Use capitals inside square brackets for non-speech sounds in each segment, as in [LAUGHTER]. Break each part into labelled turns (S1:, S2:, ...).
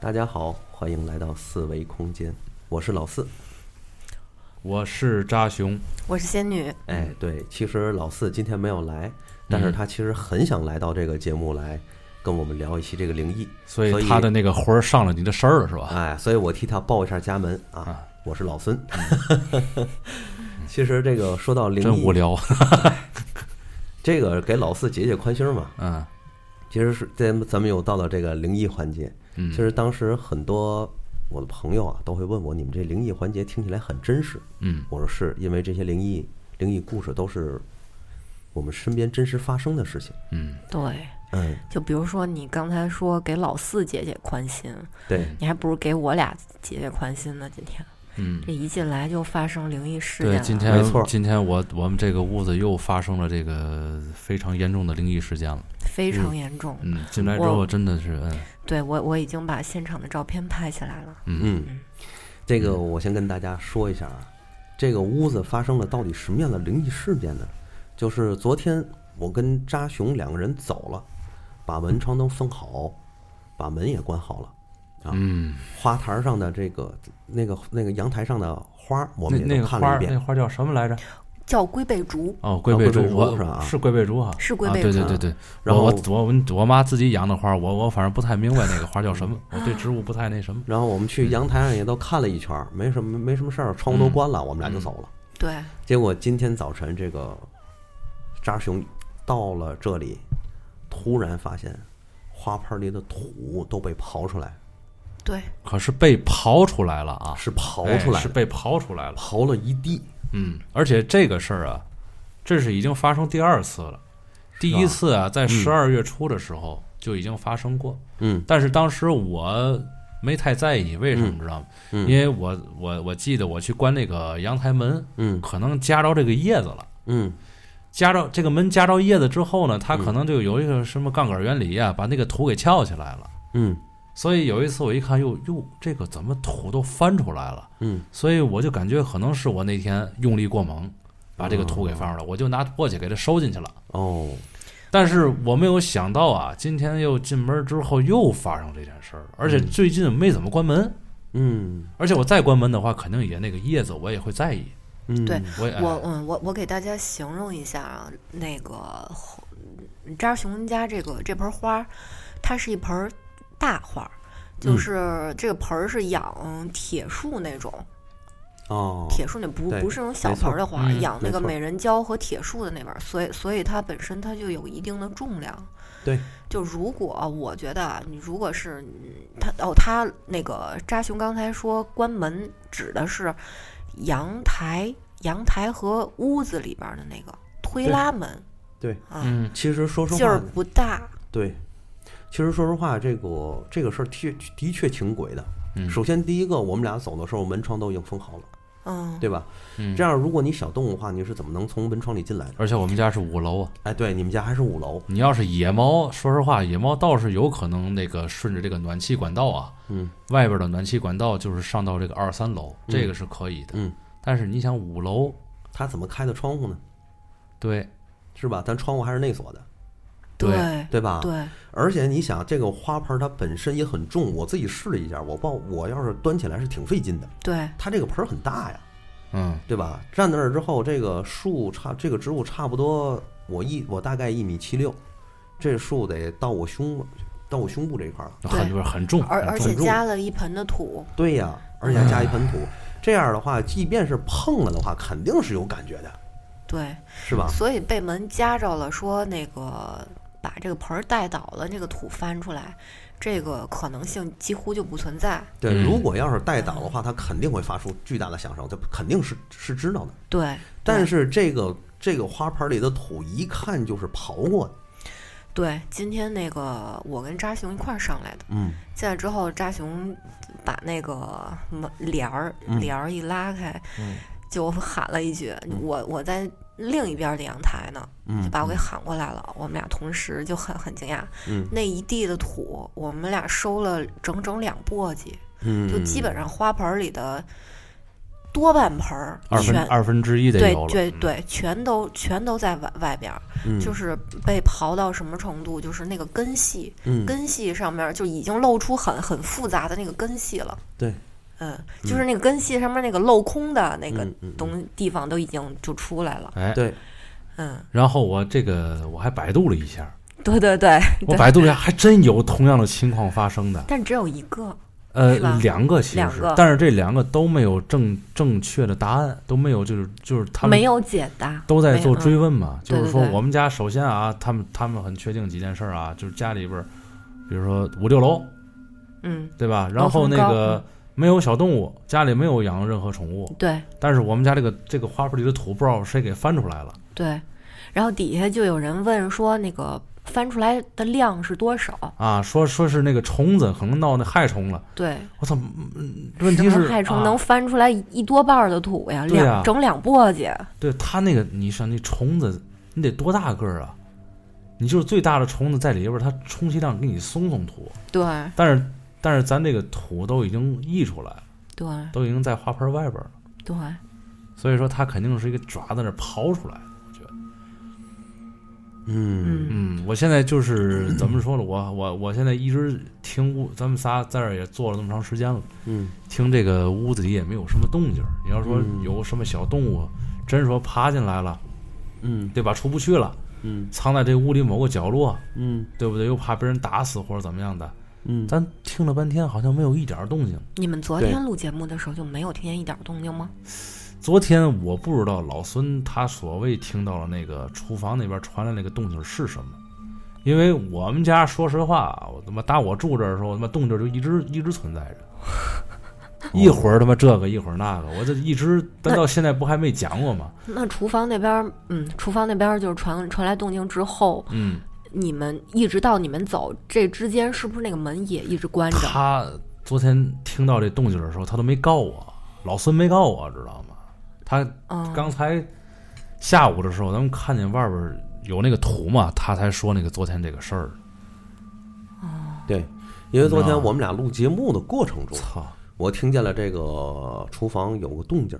S1: 大家好，欢迎来到四维空间，我是老四。
S2: 我是扎熊，
S3: 我是仙女，
S2: 嗯
S1: 哎，对，其实老四今天没有来，但是他其实很想来到这个节目来跟我们聊一期这个灵异，
S2: 所
S1: 所以
S2: 以他的那个魂儿上了你的身儿了，是吧？
S1: 哎，所以我替他报一下家门啊
S2: 啊，嗯
S1: 我是老孙。 [LAUGHS] 其实这个说到灵
S2: 真
S1: 异，
S2: 无
S1: [LAUGHS]
S2: 聊，
S1: 这个给老四解解宽心嘛。
S2: 嗯
S1: 其实是咱们咱们又到了这个灵异环节，其
S2: 嗯
S1: 实当时很多我的朋友啊都会问我，你们这灵异环节听起来很真实，
S2: 嗯
S1: 我说是因为这些灵异灵异故事都是我们身边真实发生的事情。
S2: 嗯，
S3: 对，
S1: 嗯，
S3: 就比如说你刚才说给老四解解宽心，
S1: 对，
S3: 你还不如给我俩解解宽心呢。今天
S2: 嗯，
S3: 这一进来就发生灵异事件
S2: 对，
S3: 了，
S2: 今天
S1: 没错
S2: 今天我我们这个屋子又发生了这个非常严重的灵异事件了。
S3: 非常严重。
S2: 嗯，进来之后真的是，嗯
S3: 对我我已经把现场的照片拍起来了。
S1: 嗯，这个我先跟大家说一下啊，这个屋子发生了到底什么样的灵异事件呢？就是昨天我跟扎熊两个人走了，把门窗都封好，把门也关好了。啊，
S2: 嗯，
S1: 花坛上的这个、那个、那个阳台上的花，我
S2: 那
S1: 们也
S2: 嗯那
S1: 都
S2: 个
S1: 看了
S2: 花
S1: 一
S2: 儿，哎
S1: 遍
S2: 那。花儿叫什么来着？
S3: 叫龟背竹，
S2: 哦，龟
S1: 啊
S2: 背
S1: 龟背
S2: 竹，
S1: 竹是吧
S2: 我是龟背竹啊，
S3: 是龟
S2: 啊
S3: 背
S2: 对
S3: 竹
S2: 对对对，
S1: 然
S2: 我
S1: 后
S2: 我我们我妈自己养的花儿，我我反正不太明白那个花儿叫什么，我对植物不太那什么。
S1: 然后我们去阳台上也都看了一圈儿，没什么没什么事儿，窗户都关了，我们俩就走了。
S3: 对
S1: 结果今天早晨，这个扎熊到了这里，突然发现花盆里的土都被刨出来，
S3: 对
S2: 可是被刨出来了啊，
S1: 是刨
S2: 哎
S1: 出来
S2: 是
S1: 的，
S2: 被刨出来了。
S1: 刨了一地。
S2: 嗯，而且这个事儿啊，这是已经发生第二次了。第一次啊，在十二月初的时候就已经发生过，
S1: 嗯
S2: 但是当时我没太在意，为什么
S1: 嗯
S2: 你知道吗？
S1: 嗯
S2: 因为我我我记得我去关那个阳台门，
S1: 嗯
S2: 可能夹着这个叶子了。
S1: 嗯
S2: 夹着这个门夹着叶子之后呢，它可能就有一个什么杠杆原理啊，把那个土给翘起来了。
S1: 嗯
S2: 所以有一次我一看，哟哟，这个怎么土都翻出来了？
S1: 嗯
S2: 所以我就感觉可能是我那天用力过猛，把这个土给翻出来，我就拿簸箕给它收进去了。
S1: 哦，
S2: 但是我没有想到啊，今天又进门之后又发生这件事儿，而且最近没怎么关门，
S1: 嗯
S2: 而且我再关门的话，肯定也那个叶子我也会在意。
S1: 嗯，
S3: 对，
S2: 我也
S3: 我嗯我我给大家形容一下啊，那个扎熊家这个这盆花儿，它是一盆儿大花儿，就
S1: 嗯
S3: 是这个盆儿是养铁树那种，
S1: 哦，
S3: 铁树那不
S1: 对
S3: 不是那种小
S1: 没错
S3: 盆儿的花儿，
S2: 嗯
S3: 养那
S1: 没
S3: 个
S1: 错
S3: 美人蕉和铁树的那边儿，所以所以它本身它就有一定的重量。
S1: 对，
S3: 就如果我觉得啊，你如果是他哦，他那个扎熊刚才说关门指的是阳台，阳台和屋子里边儿的那个推
S1: 对
S3: 拉门，
S1: 对
S3: 啊，
S2: 嗯
S1: 其实说实
S3: 劲儿
S1: 话，
S3: 不大，
S1: 对，其实说实话，这个这个事儿的的确挺鬼的。
S2: 嗯
S1: 首先第一个，我们俩走的时候门窗都已经封好了，
S3: 嗯，
S1: 对吧？
S2: 嗯
S1: 这样，如果你小动物的话，你是怎么能从门窗里进来的？
S2: 而且我们家是五楼啊，
S1: 哎，对，你们家还是五楼，
S2: 你要是野猫，说实话，野猫倒是有可能那个顺着这个暖气管道啊，
S1: 嗯，
S2: 外边的暖气管道就是上到这个二三楼，这个是可以的。
S1: 嗯，
S2: 但是你想五楼，
S1: 它怎么开的窗户呢？
S2: 对，
S1: 是吧？咱窗户还是内锁的，
S2: 对
S3: 对
S1: 对啊吧？。
S3: 对
S1: 而且你想，这个花盆它本身也很重，我自己试了一下，我抱我要是端起来是挺费劲的。
S3: 对
S1: 它这个盆儿很大呀，
S2: 嗯
S1: 对吧？站在那儿之后，这个树差这个植物差不多，我一我大概一米七六，这树得到我胸到我胸部这一块儿了。
S2: 很多很重，
S3: 而
S2: 很
S3: 而
S2: 重
S3: 且
S1: 重
S3: 加了一盆的土，
S1: 对呀，而且还加一盆土，这样的话，即便是碰了的话，肯定是有感觉的，
S3: 对。
S1: 是吧？
S3: 所以被门夹着了，说那个把这个盆儿带倒了，那个土翻出来，这个可能性几乎就不存在。
S1: 对，
S2: 嗯
S1: 如果要是带倒的话，它肯定会发出巨大的响声，这肯定是是知道的。
S3: 对，
S1: 但
S3: 对
S1: 是这个这个花盆里的土一看就是刨过的，
S3: 对，今天那个我跟扎熊一块儿上来的，
S1: 嗯
S3: 进来之后，扎熊把那个门帘儿
S1: 嗯
S3: 帘儿一拉开，
S1: 嗯
S3: 就喊了一句：“我我在另一边的阳台呢。”就
S1: 嗯
S3: 把我给喊过来了。我们俩同时就很很惊讶，
S1: 嗯
S3: 那一地的土，我们俩收了整整两簸箕。
S1: 嗯，
S3: 就基本上花盆儿里的多半盆儿
S2: 二分
S3: 全
S2: 二分之一得
S3: 对
S2: 有了，嗯
S3: 对对，全都全都在外外边儿，
S1: 嗯，
S3: 就是被刨到什么程度，就是那个根系，
S1: 嗯，
S3: 根系上面就已经露出很很复杂的那个根系了。
S1: 对，
S3: 嗯，就是那个根系上面那个镂空的那个
S1: 嗯嗯嗯嗯
S3: 东地方都已经就出来了。
S2: 哎，
S1: 对，
S3: 嗯，
S2: 然后我这个我还百度了一下，
S3: 对对 [LAUGHS] 对，
S2: 我百度了一下，还真有同样的情况发
S3: [LAUGHS]
S2: 生的。
S3: 但只有一个。
S2: 呃
S3: 是吧，
S2: 两个其实
S3: 两
S2: 是
S3: 个，
S2: 但是这两个都没有正正确的答案，都没有就是就是他们
S3: 没有解答，
S2: 都在
S3: 没
S2: 做
S3: 嗯
S2: 追问嘛，
S3: 对
S2: 就是说
S3: 对对
S2: 我们家首先啊，他们他们很确定几件事儿啊，就是家里边儿，比如说五六楼，
S3: 嗯，
S2: 对吧？然后那
S3: 楼嗯
S2: 个没有小动物，家里没有养任何宠物，
S3: 对
S2: 但是我们家这个这个花盆里的土不知道谁给翻出来了，
S3: 对。然后底下就有人问说，那个翻出来的量是多少？
S2: 啊，说说是那个虫子可能闹那害虫了，
S3: 对，
S2: 我操，嗯问题
S3: 什
S2: 是
S3: 么害虫
S2: 啊
S3: 能翻出来一多半儿的土呀？
S2: 对
S3: 两、
S2: 啊
S3: 整两簸箕，
S2: 对它那个，你想那虫子，你得多大个儿啊？你就是最大的虫子在里边儿，它充其量给你松松土，
S3: 对
S2: 但是但是咱这个土都已经溢出来了，
S3: 对
S2: 都已经在花盆外边儿了，
S3: 对，
S2: 所以说它肯定是一个爪在那儿刨出来的。我觉得，
S1: 嗯
S3: 嗯
S2: 嗯，我现在就是怎么说了，我我我现在一直听屋，咱们仨在这儿也坐了那么长时间了，
S1: 嗯
S2: 听这个屋子里也没有什么动静儿。你要说
S1: 嗯
S2: 有什么小动物，真说爬进来了，
S1: 嗯
S2: 对吧？出不去了，
S1: 嗯
S2: 藏在这屋里某个角落，
S1: 嗯
S2: 对不对？又怕被人打死或者怎么样的。
S1: 嗯，
S2: 咱听了半天，好像没有一点儿动静。
S3: 你们昨
S1: 对
S3: 天录节目的时候就没有听见一点儿动静吗？
S2: 昨天我不知道老孙他所谓听到了那个厨房那边传来那个动静是什么，因为我们家说实话，我他妈打我住这儿的时候，我他妈动静就一直一直存在着，一会儿他妈这个一会儿那个，我这一直咱到现在不还没讲过吗？
S3: 那厨房那边儿，嗯，厨房那边儿就是传传来动静之后，
S2: 嗯，
S3: 你们一直到你们走这之间，是不是那个门也一直关着？
S2: 他昨天听到这动静的时候，他都没告我，老孙没告我，知道吗？他
S3: 嗯，
S2: 刚才下午的时候，咱们看见外边儿有那个图嘛，他才说那个昨天这个事儿。
S1: 对，因为昨
S2: 你知
S1: 天
S2: 道吗
S1: 我们俩录节目的过程
S3: 嗯
S1: 中，
S2: 操，
S1: 我听见了这个厨房有个动静，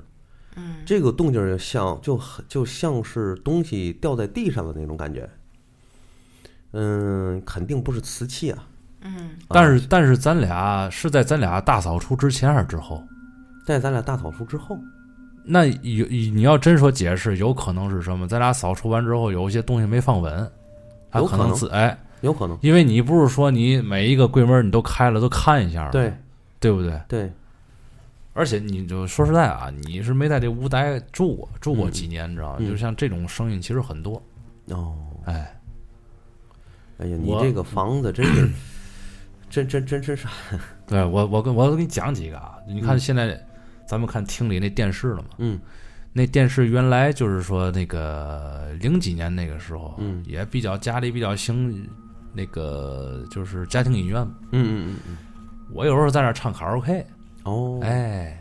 S1: 嗯，这个动静儿像就很就像是东西掉在地上的那种感觉，嗯，肯定不是瓷器啊，
S3: 嗯，
S2: 但是但是咱俩是在咱俩大扫除之前还是之后？
S1: 在咱俩大扫除之后，
S2: 那有你要真说解释，有可能是什么？咱俩扫除完之后，有一些东西没放稳，他
S1: 有可
S2: 能
S1: 能
S2: 自哎，
S1: 有可能，
S2: 因为你不是说你每一个柜门你都开了都看一下吗，
S1: 对
S2: 对不对？
S1: 对，
S2: 而且你就说实在啊，你是没在这屋待住过，住过
S1: 嗯
S2: 几年，你知道吗？
S1: 嗯
S2: 就像这种声音其实很多，
S1: 哦，
S2: 哎。
S1: 哎呀，你
S2: 我
S1: 这个房子真是， [COUGHS] 真真真真是，
S2: 对我，我跟我给你讲几个啊。你看
S1: 嗯
S2: 现在，咱们看厅里那电视了嘛？
S1: 嗯
S2: 那电视原来就是说那个零几年那个时候，
S1: 嗯
S2: 也比较家里比较兴那个就是家庭影院嘛。
S1: 嗯嗯嗯嗯，
S2: 我有时候在那儿唱卡拉 OK，
S1: 哦，，
S2: 哎，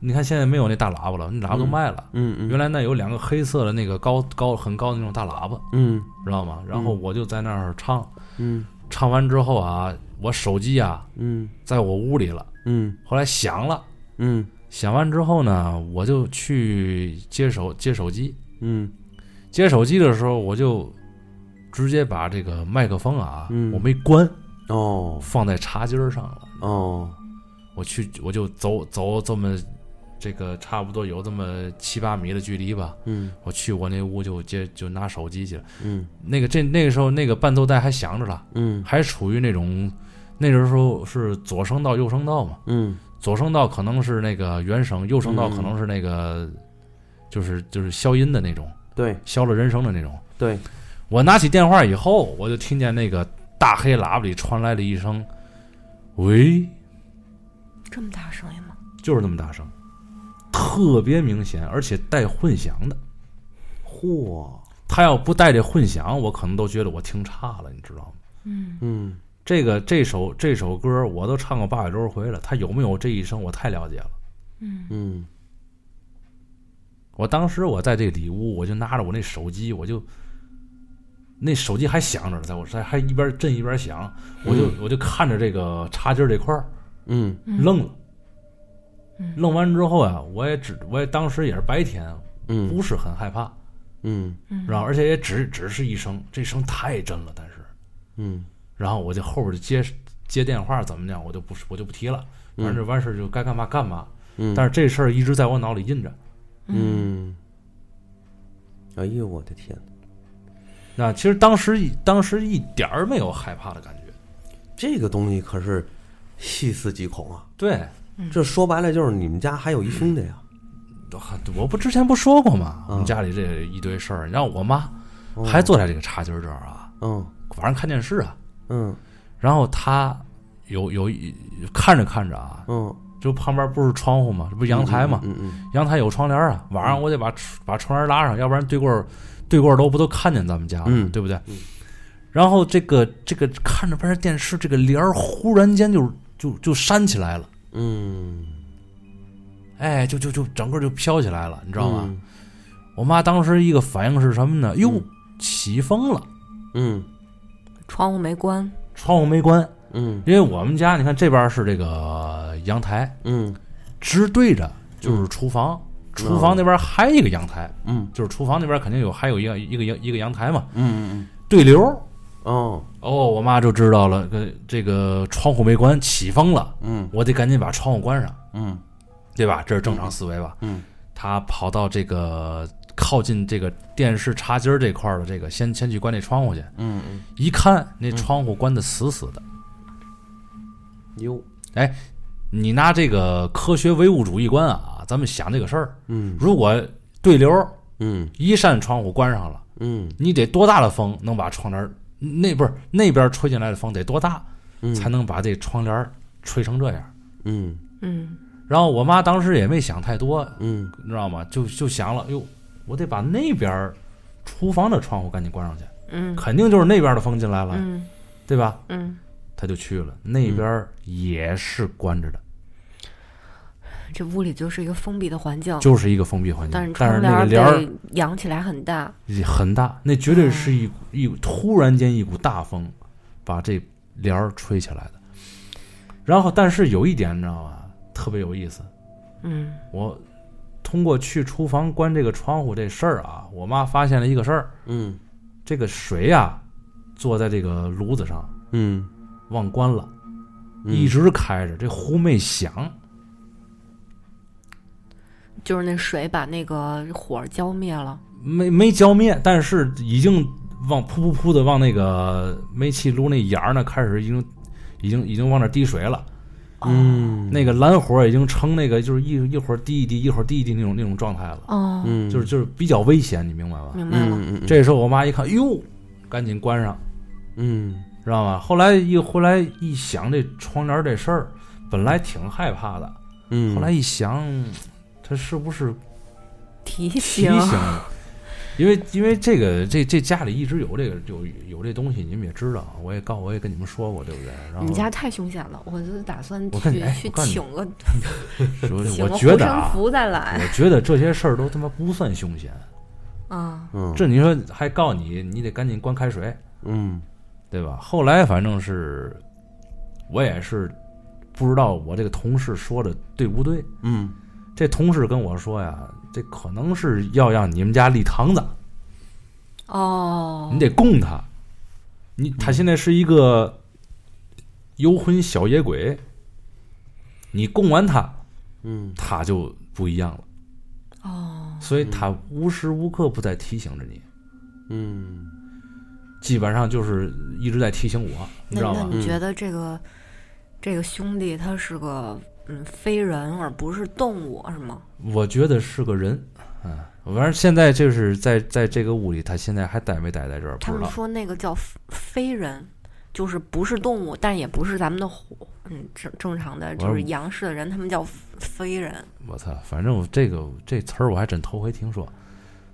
S2: 你看现在没有那大喇叭了，那喇叭都卖了。
S1: 嗯嗯，
S2: 原来那有两个黑色的那个高高很高的那种大喇叭，
S1: 嗯
S2: 知道吗？然后我就在那儿唱，
S1: 嗯
S2: 唱完之后啊，我手机啊
S1: 嗯
S2: 在我屋里了，
S1: 嗯
S2: 后来响了。
S1: 嗯
S2: 想完之后呢，我就去接手接手机。
S1: 嗯
S2: 接手机的时候，我就直接把这个麦克风啊，
S1: 嗯
S2: 我没关，
S1: 哦
S2: 放在茶几儿上了。
S1: 哦，
S2: 我去，我就走走这么这个差不多有这么七八米的距离吧。
S1: 嗯
S2: 我去我那屋就接就拿手机去了。
S1: 嗯
S2: 那个这那个时候那个伴奏带还响着了，
S1: 嗯
S2: 还处于那种那时候是左声道右声道嘛。
S1: 嗯
S2: 左声道可能是那个原声，右声道
S1: 嗯
S2: 可能是那个，就是就是消音的那种，
S1: 对
S2: 消了人声的那种。
S1: 对，
S2: 我拿起电话以后，我就听见那个大黑喇叭里传来了一声“喂
S3: 这么大声音吗？”，
S2: 就是那么大声，特别明显，而且带混响的。
S1: 嚯，
S2: 他要不带这混响，我可能都觉得我听差了，你知道吗？
S1: 嗯
S2: 这个这首这首歌我都唱过八百多少回了，他有没有这一声，我太了解了。
S1: 嗯
S2: 我当时我在这里屋，我就拿着我那手机，我就那手机还响着呢，在我这还一边震一边
S1: 嗯
S2: 响，我就、我就看着这个茶几儿这块儿
S1: 嗯
S2: 愣了，
S3: 嗯
S2: 弄完之后呀、我也只我也当时也是白天，
S1: 嗯
S2: 不是很害怕，
S1: 嗯
S2: 然后而且也只只是一声，这声太真了，但是，
S1: 嗯
S2: 然后我就后边就接接电话怎么讲，我就不我就不提了，反正这完事儿就该干嘛干嘛。
S1: 嗯，
S2: 但是这事儿一直在我脑里印着。
S1: 嗯，哎呦我的天，
S2: 那其实当时一当时一点儿没有害怕的感觉，
S1: 这个东西可是细思极恐啊！
S2: 对，
S1: 这说白了就是你们家还有一兄弟啊呀、
S2: 我不之前不说过吗？我
S1: 嗯
S2: 们家里这一堆事儿，你让我妈
S1: 哦
S2: 还坐在这个茶几儿这儿啊，
S1: 嗯
S2: 晚上看电视啊，
S1: 嗯
S2: 然后她有有一看着看着啊，
S1: 嗯，
S2: 就旁边不是窗户吗？这不是阳台吗？
S1: 嗯嗯
S2: 阳台有窗帘啊，晚上我得把窗把窗帘拉上，要不然对过儿对过儿楼不都看见咱们家了，
S1: 嗯
S2: 对不对？
S1: 嗯
S2: 然后这个这个看着边电视，这个帘儿忽然间就就就扇起来了，
S1: 嗯，
S2: 哎，就就就整个就飘起来了，
S1: 知
S2: 你知道吗？？我妈当时一个反应是什么呢？哟，起风了，
S1: 嗯
S3: 窗户没关，
S2: 窗户没关，
S1: 嗯
S2: 因为我们家你看这边是这个阳台，
S1: 嗯
S2: 直对着就是厨房，厨房那边还有一个阳台，
S1: 嗯
S2: 就是厨房那边肯定有还有一个一个一个阳台嘛，
S1: 嗯嗯，
S2: 对流。
S1: 哦
S2: 哦，我妈就知道了，跟这个窗户没关，起风了，
S1: 嗯
S2: 我得赶紧把窗户关上，
S1: 嗯
S2: 对吧？这是正常思维吧？
S1: 嗯
S2: 她跑到这个靠近这个电视茶几儿这块儿的这个，先先去关那窗户去，
S1: 嗯嗯，
S2: 一看那窗户关得死死的。
S1: 哟，
S2: 你拿这个科学唯物主义观啊，咱们想这个事儿，
S1: 嗯
S2: 如果对流
S1: 嗯
S2: 一扇窗户关上了，
S1: 嗯
S2: 你得多大的风能把窗帘儿那不是那边吹进来的风得多大
S1: 嗯，
S2: 才能把这窗帘儿吹成这样？
S1: 嗯
S3: 嗯
S2: 然后我妈当时也没想太多，
S1: 嗯
S2: 你知道吗？就就想了，哟，我得把那边儿厨房的窗户赶紧关上去，
S3: 嗯
S2: 肯定就是那边的风进来了，
S3: 嗯
S2: 对吧？
S3: 嗯，
S2: 她就去了，那边儿也是关着的，
S3: 这屋里就是一个封闭的环境，
S2: 就是一个封闭环境，
S3: 哦但是
S2: 但
S3: 窗
S2: 是那个
S3: 帘
S2: 帘儿
S3: 被扬起来很大，
S2: 也很大，那绝对是一股一股突然间一股大风，把这帘儿吹起来的。然后，但是有一点你知道吗？特别有意思。
S3: 嗯
S2: 我通过去厨房关这个窗户这事儿啊，我妈发现了一个事儿：
S1: 嗯
S2: 这个水呀、坐在这个炉子上
S1: 嗯，
S2: 忘关了，一直开着，这壶没响。
S3: 就是那水把那个火儿浇灭了，
S2: 没没浇灭，但是已经往噗噗噗的往那个煤气炉那眼儿呢，开始已经已经已经往那儿滴水了。
S1: 嗯
S2: 那个蓝火已经成那个就是一一会儿滴一滴，一会儿滴一滴那种那种状态了，
S3: 哦，
S1: 嗯
S2: 就是就是比较危险，你明白吧？
S3: 明白了，
S1: 嗯嗯
S2: 这时候我妈一看，哟，赶紧关上，
S1: 嗯
S2: 知道吗？后来一回来一想这窗帘这事儿，本来挺害怕的，
S1: 嗯，
S2: 后来一想，它是不是
S3: 提
S2: 提
S3: 醒，
S2: 醒了？因为因为这个这这家里一直有这个有有这东西，你们也知道，啊我也告我也跟你们说过，对不对？然
S3: 你们
S2: 后
S3: 家太凶险了，我就打算
S2: 啊我看
S3: 去
S2: 你哎
S3: 去
S2: 我看你
S3: 请个
S2: 我
S3: 请
S2: 我
S3: 个护
S2: 觉得
S3: 身
S2: 啊，
S3: 符再来
S2: [LAUGHS] 我觉得这些事儿都他妈不算凶险。
S3: 啊，
S1: 嗯
S2: 这你说还告你，你得赶紧关开水，
S1: 嗯
S2: 对吧？后来反正是，我也是不知道我这个同事说的对不对。
S1: 嗯
S2: 这同事跟我说呀，这可能是要让你们家立堂子，
S3: 哦
S2: 你，得供他。
S3: 嗯
S2: 你他现在是一个游魂小野鬼，你供完他，
S1: 嗯
S2: 他就不一样了。
S3: 哦，
S2: 所以他无时无刻不在提醒着你，
S1: 嗯
S2: 基本上就是一直在提醒我，你
S3: 那
S2: 知道嗯
S3: 那
S2: 吗？
S3: 你觉得这个、这个兄弟他是个嗯非人而不是动物是吗？
S2: 我觉得是个人，嗯，反正现在就是在在这个屋里，他现在还待没待在这儿
S3: 他
S2: 不知
S3: 们
S2: 道。
S3: 说那个叫非非人，就是不是动物，但也不是咱们的虎，嗯，正正常的
S2: 我
S3: 就是杨氏的人，他们叫非非人，
S2: 我操，反正我这个这词儿我还真头回听说。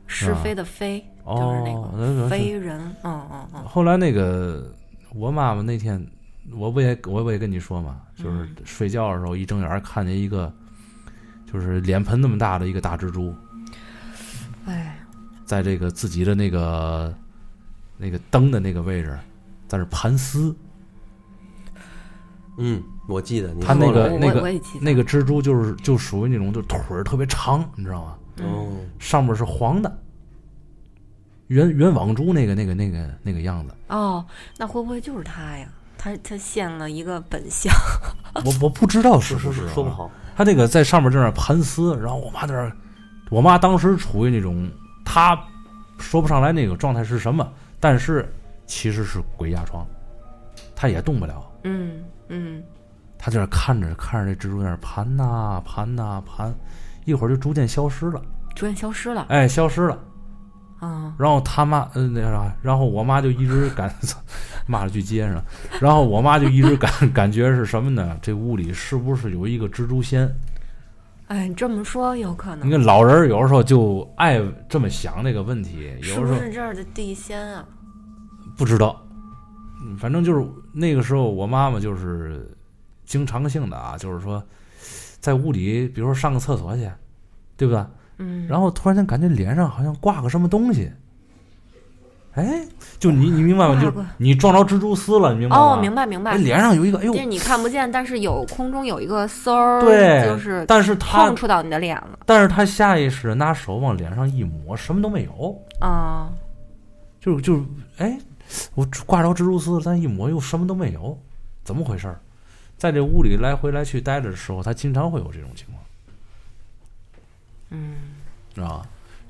S3: 是
S2: 啊
S3: 非的非，就是
S2: 哦，
S3: 那
S2: 那
S3: 个
S2: 个
S3: 非人，嗯嗯嗯，
S2: 后来那个我妈妈那天，我不也我不也跟你说嘛，
S1: 嗯
S2: 就是睡觉的时候一睁眼儿看见一个，就是脸盆那么大的一个大蜘蛛，
S3: 哎，
S2: 在这个自己的那个那个灯的那个位置，在那儿盘丝。
S1: 嗯，我记得你
S2: 他
S1: 说
S2: 那个
S1: 了
S3: 我
S2: 那个
S3: 我也记得
S2: 那个蜘蛛就是就属于那种就腿儿特别长，你知道吗？
S1: 哦，
S2: 上面是黄的，圆圆网蛛那个那个那个那个样子。
S3: 哦，那会不会就是他呀？他他现了一个本相，
S2: 我我不知道是
S1: 啊是
S2: 不是、
S1: 是
S2: 啊，
S1: 说不。好，
S2: 他那个在上面在那儿盘丝，然后我妈在那儿，我妈当时处于那种她说不上来那个状态是什么，但是其实是鬼压床，她也动不了，
S3: 嗯嗯，
S2: 她在那儿看着看着这蜘蛛在那儿盘呐、盘呐、盘，一会儿就逐渐消失了，
S3: 逐渐消失了
S2: 哎，消失了。
S3: 啊、
S2: 然后他妈，嗯，那啥，然后我妈就一直感， [LAUGHS] 骂了句街上，然后我妈就一直感感觉是什么呢？这屋里是不是有一个蜘蛛仙？
S3: 哎，你这么说有可
S2: 你
S3: 能，
S2: 看老人儿有时候就爱这么想这个问题，有
S3: 是
S2: 时
S3: 不
S2: 候
S3: 是这儿的地仙啊？
S2: 不知道，嗯反正就是那个时候我妈妈就是经常性的啊，就是说在屋里，比如说上个厕所去，对不对？
S3: 嗯，
S2: 然后突然间感觉脸上好像挂个什么东西，哎，就你你明白吗？
S3: 挂
S2: 就
S3: 过
S2: 你撞着蜘蛛丝了，你明白吗？
S3: 哦，明白明
S2: 哎，
S3: 白，
S2: 脸上有一个，哎呦
S3: 就，是你看不见，但是有空中有一个丝儿，
S2: 对，
S3: 就是
S2: 但是他
S3: 碰触到你的脸了
S2: 但是他下意识拿手往脸上一抹，什么都没有，
S3: 啊、
S2: 就就哎，我挂着蜘蛛丝，但一抹又什么都没有，怎么回事儿？在这屋里来回来去待着的时候，他经常会有这种情况，
S3: 嗯，
S2: 知道吧？啊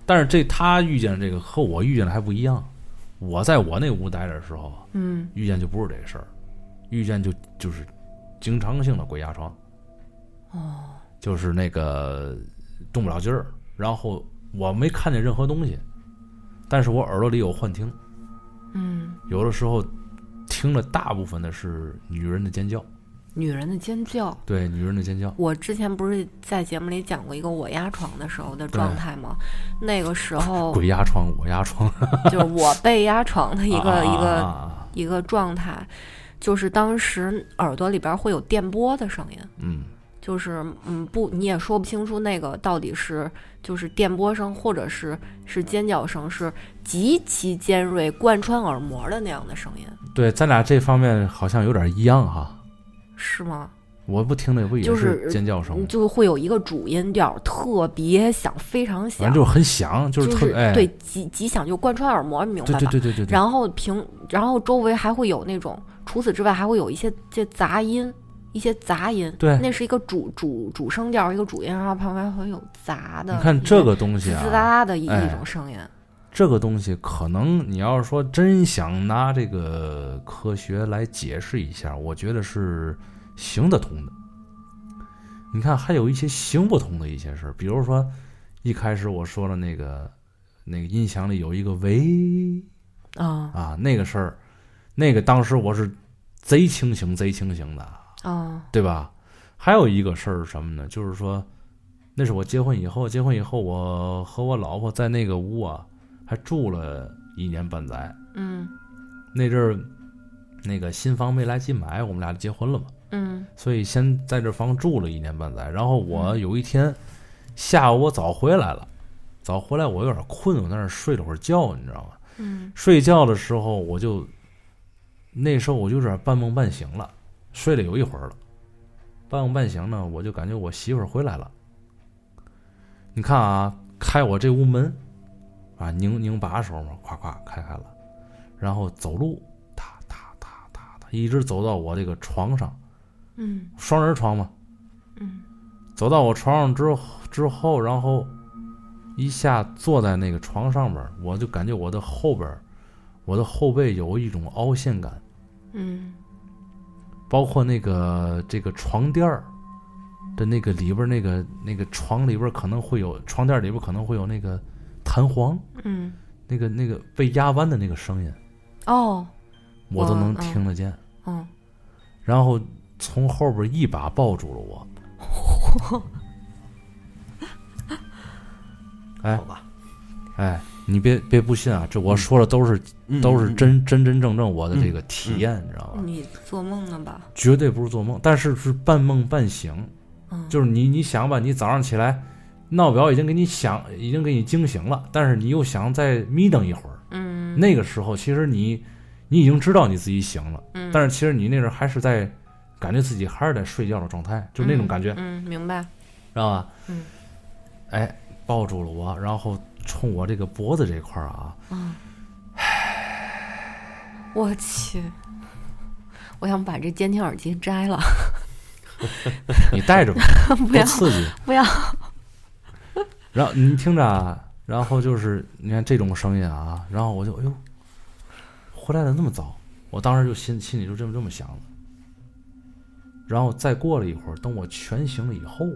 S2: 但是这他遇见这个和我遇见的还不一样，我在我那屋待着的时候，
S3: 嗯
S2: 遇见就不是这个事儿，遇见就就是经常性的鬼压床，
S3: 哦，
S2: 就是那个动不了劲儿，然后我没看见任何东西，但是我耳朵里有幻听，
S3: 嗯，
S2: 有的时候听了大部分的是女人的尖叫，
S3: 女人的尖叫。
S2: 对，女人的尖叫，
S3: 我之前不是在节目里讲过一个我压床的时候的状态吗？那个时 [LAUGHS] 候
S2: 鬼压床，我压床，
S3: 就是我被压床的 [LAUGHS] 一个
S2: 啊
S3: 一
S2: 啊
S3: 个
S2: 啊啊
S3: 一个状态，就是当时耳朵里边会有电波的声音，
S2: 嗯，
S3: 就是嗯不你也说不清楚那个到底是就是电波声或者是是尖叫声，是极其尖锐贯穿耳膜的那样的声音，
S2: 对，咱俩这方面好像有点一样哈，
S3: 是吗？
S2: 我不听的不也
S3: 就是
S2: 尖叫声吗，
S3: 嗯就会有一个主音调特别响，非
S2: 反正
S3: 常响，
S2: 就是很响，就是是特别哎，
S3: 对极极响，就贯穿耳膜，你明白
S2: 对
S3: 吧？
S2: 对对对对对，
S3: 然后平，然后周围还会有那种，除此之外还会有一些这杂音，一些杂音。
S2: 对
S3: 那是一个主主主声调，一个主音，然后旁边会有杂的。
S2: 你看这个
S3: 一
S2: 东
S3: 个
S2: 西
S3: 滋
S2: 啊，
S3: 滋啦啦的一、
S2: 哎
S3: 一种声音。
S2: 这个东西可能你要是说真想拿这个科学来解释一下，我觉得是行得通的。你看，还有一些行不通的一些事儿，比如说一开始我说了那个那个音响里有一个喂
S3: 啊
S2: 啊那个事儿，那个当时我是贼清醒贼清醒的，
S3: 啊
S2: 对吧？还有一个事儿是什么呢？就是说，那是我结婚以后，结婚以后我和我老婆在那个屋啊，还住了一年半载。
S3: 嗯
S2: 那阵儿，那个新房没来及买，我们俩就结婚了嘛，
S3: 嗯
S2: 所以先在这房住了一年半载。然后我有一天下午我早回来了，早回来我有点困，我在那儿睡了会儿觉，你知道吗？
S3: 嗯
S2: 睡觉的时候我就，那时候我就有点半梦半醒了，睡了有一会儿了，半梦半醒呢，我就感觉我媳妇儿回来了。你看啊，开我这屋门，啊，拧拧把手嘛，咵咵开开了，然后走路，踏踏踏踏踏，一直走到我这个床上，
S3: 嗯
S2: 双人床嘛，
S3: 嗯
S2: 走到我床上之后之后，然后一下坐在那个床上边儿，我就感觉我的后边儿，我的后背有一种凹陷感，
S3: 嗯
S2: 包括那个这个床垫儿的那个里边儿那个那个床里边儿可能会有床垫儿里边儿可能会有那个弹簧，
S3: 嗯。
S2: 那个那个被压弯的那个声音，
S3: 哦
S2: 我都
S3: 哇
S2: 能
S3: 嗯
S2: 听得见。
S3: 嗯
S2: 然后从后边一把抱住了我。
S1: [LAUGHS]
S2: 哎
S1: 好吧，
S2: 哎，你别别不信啊，这我说的都是、
S1: 嗯
S2: 都是
S1: 嗯
S2: 真真真正正我的这个体验，你知道吧？
S3: 你做梦呢吧？
S2: 绝对不是做梦，但是是半梦半醒，
S3: 嗯，
S2: 就是你你想吧，你早上起来闹表已经给你想已经给你惊醒了，但是你又想再眯瞪一会儿，
S3: 嗯
S2: 那个时候其实你你已经知道你自己醒了，
S3: 嗯
S2: 但是其实你那阵儿还是在感觉自己还是在睡觉的状态，就那种感觉，
S3: 嗯，明白。
S2: 知道吧？
S3: 嗯，
S2: 哎，抱住了我，然后冲我这个脖子这块儿啊，
S3: 嗯，我去，我想把这监听耳机摘了，
S2: 你带着吧，
S3: [LAUGHS] 不
S2: 多
S3: 要
S2: 刺激！
S3: 不要。
S2: 然后你听着啊，然后就是你看这种声音啊，然后我就哎呦，回来的那么早，我当时就心心里就这么这么想的。然后再过了一会儿，等我全醒了以后，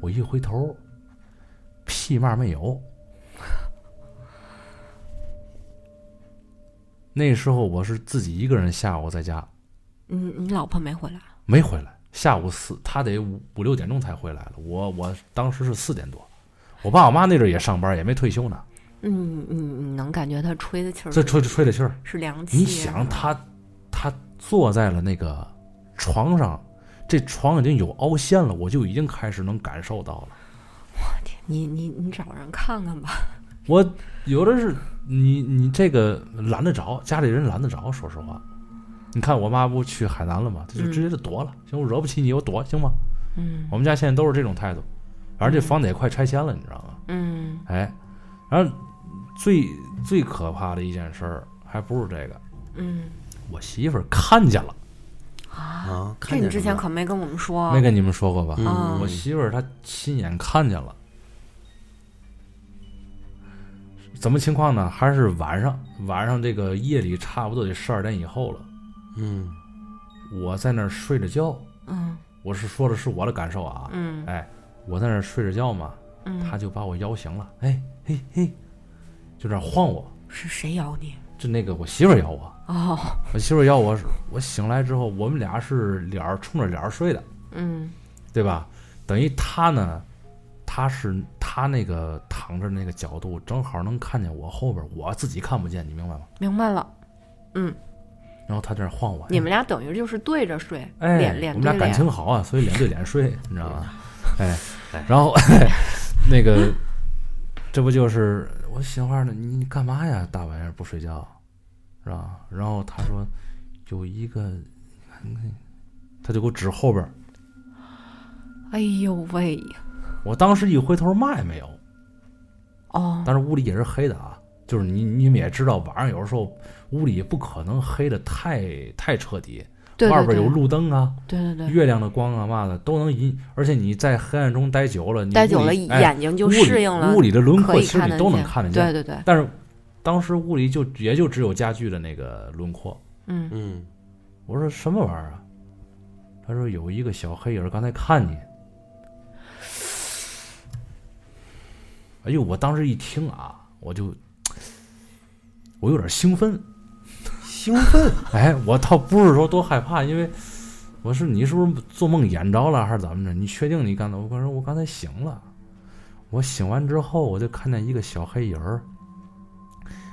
S2: 我一回头，屁嘛没有。那时候我是自己一个人下午在家，
S3: 你你老婆没回来？
S2: 没回来，下午四，他得五五六点钟才回来了。我我当时是四点多，我爸我妈那阵儿也上班，也没退休呢，
S3: 嗯，你你能感觉她吹的气儿
S2: 这吹吹着气儿。
S3: 是凉气。啊
S2: 你想，他他坐在了那个床上，这床已经有凹陷了，我就已经开始能感受到了。
S3: 你你你找人看看吧。
S2: 我有的是你你这个懒得着，家里人懒得着，说实话。你看我妈不去海南了吗？她就直接就躲了，行，我惹不起你，我躲行吗？
S3: 嗯
S2: 我们家现在都是这种态度，而这房子也快拆迁了，你知道吗？
S3: 嗯
S2: 哎，然后最最可怕的一件事儿，还不是这个，
S3: 嗯
S2: 我媳妇儿看见了，
S3: 啊，
S1: 啊，
S3: 这
S1: 看
S3: 你
S1: 见
S3: 之
S1: 什
S3: 前
S1: 么
S3: 可没跟我们说。
S2: 没跟你们说过吧？
S1: 嗯
S3: 啊
S2: 我媳妇儿她亲眼看见了，怎么情况呢？还是晚上，晚上这个夜里差不多得十二点以后了，
S1: 嗯
S2: 我在那儿睡着觉，
S3: 嗯
S2: 我是说的是我的感受啊，
S3: 嗯
S2: 哎，我在那儿睡着觉嘛，
S3: 嗯，
S2: 她就把我摇醒了，哎嘿嘿，就这样晃我，
S3: 是谁咬你？
S2: 就那个我媳妇儿摇我。
S3: 哦，
S2: 我媳妇儿要我，我醒来之后，我们俩是脸儿冲着脸儿睡的，
S3: 嗯
S2: 对吧？等于她呢，她是她那个躺着那个角度，正好能看见我后边，我自己看不见，你明白吗？
S3: 明白了。
S2: 然后她在那儿晃我，
S3: 你们俩等于就是对着睡，
S2: 哎，
S3: 脸脸
S2: 我们
S3: 对
S2: 俩感
S3: 脸。
S2: 情好啊，所以脸对脸
S3: [LAUGHS]
S2: 睡，你知道吗？哎
S1: 哎，
S2: 然后 [LAUGHS] 那个，这不就是我媳妇儿呢？你你干嘛呀？大晚上不睡觉，是吧？然后她说有一个，你看你看，她就给我指后边儿。
S3: 哎呦喂，
S2: 我当时一回头，嘛也没有。
S3: 哦，
S2: 但是屋里也是黑的啊，就是你你们也知道，晚上有时候屋里不可能黑的太太彻底，
S3: 对
S2: 外
S3: 对
S2: 边有
S3: 对，
S2: 路灯啊，
S3: 对对对，
S2: 月亮的光啊嘛的都能引，而且你在黑暗中待久了，你
S3: 待
S2: 屋
S3: 久了
S2: 里哎
S3: 眼睛就
S2: 屋里
S3: 适应了，
S2: 屋里的轮廓
S3: 可以
S2: 其实
S3: 看
S2: 你
S3: 得
S2: 都能
S3: 见
S2: 看得见。
S3: 对对对，
S2: 但是当时屋里就也就只有家具的那个轮廓。
S3: 嗯
S1: 嗯
S2: 我说什么玩意儿啊？他说有一个小黑影儿刚才看你。哎呦，我当时一听啊，我就我有点兴奋。
S1: 兴奋，
S2: 哎，我倒不是说多害怕，因为我是你是不是做梦演着了还是怎么着？你确定你刚才？我刚说我刚才醒了，我醒完之后我就看见一个小黑影儿，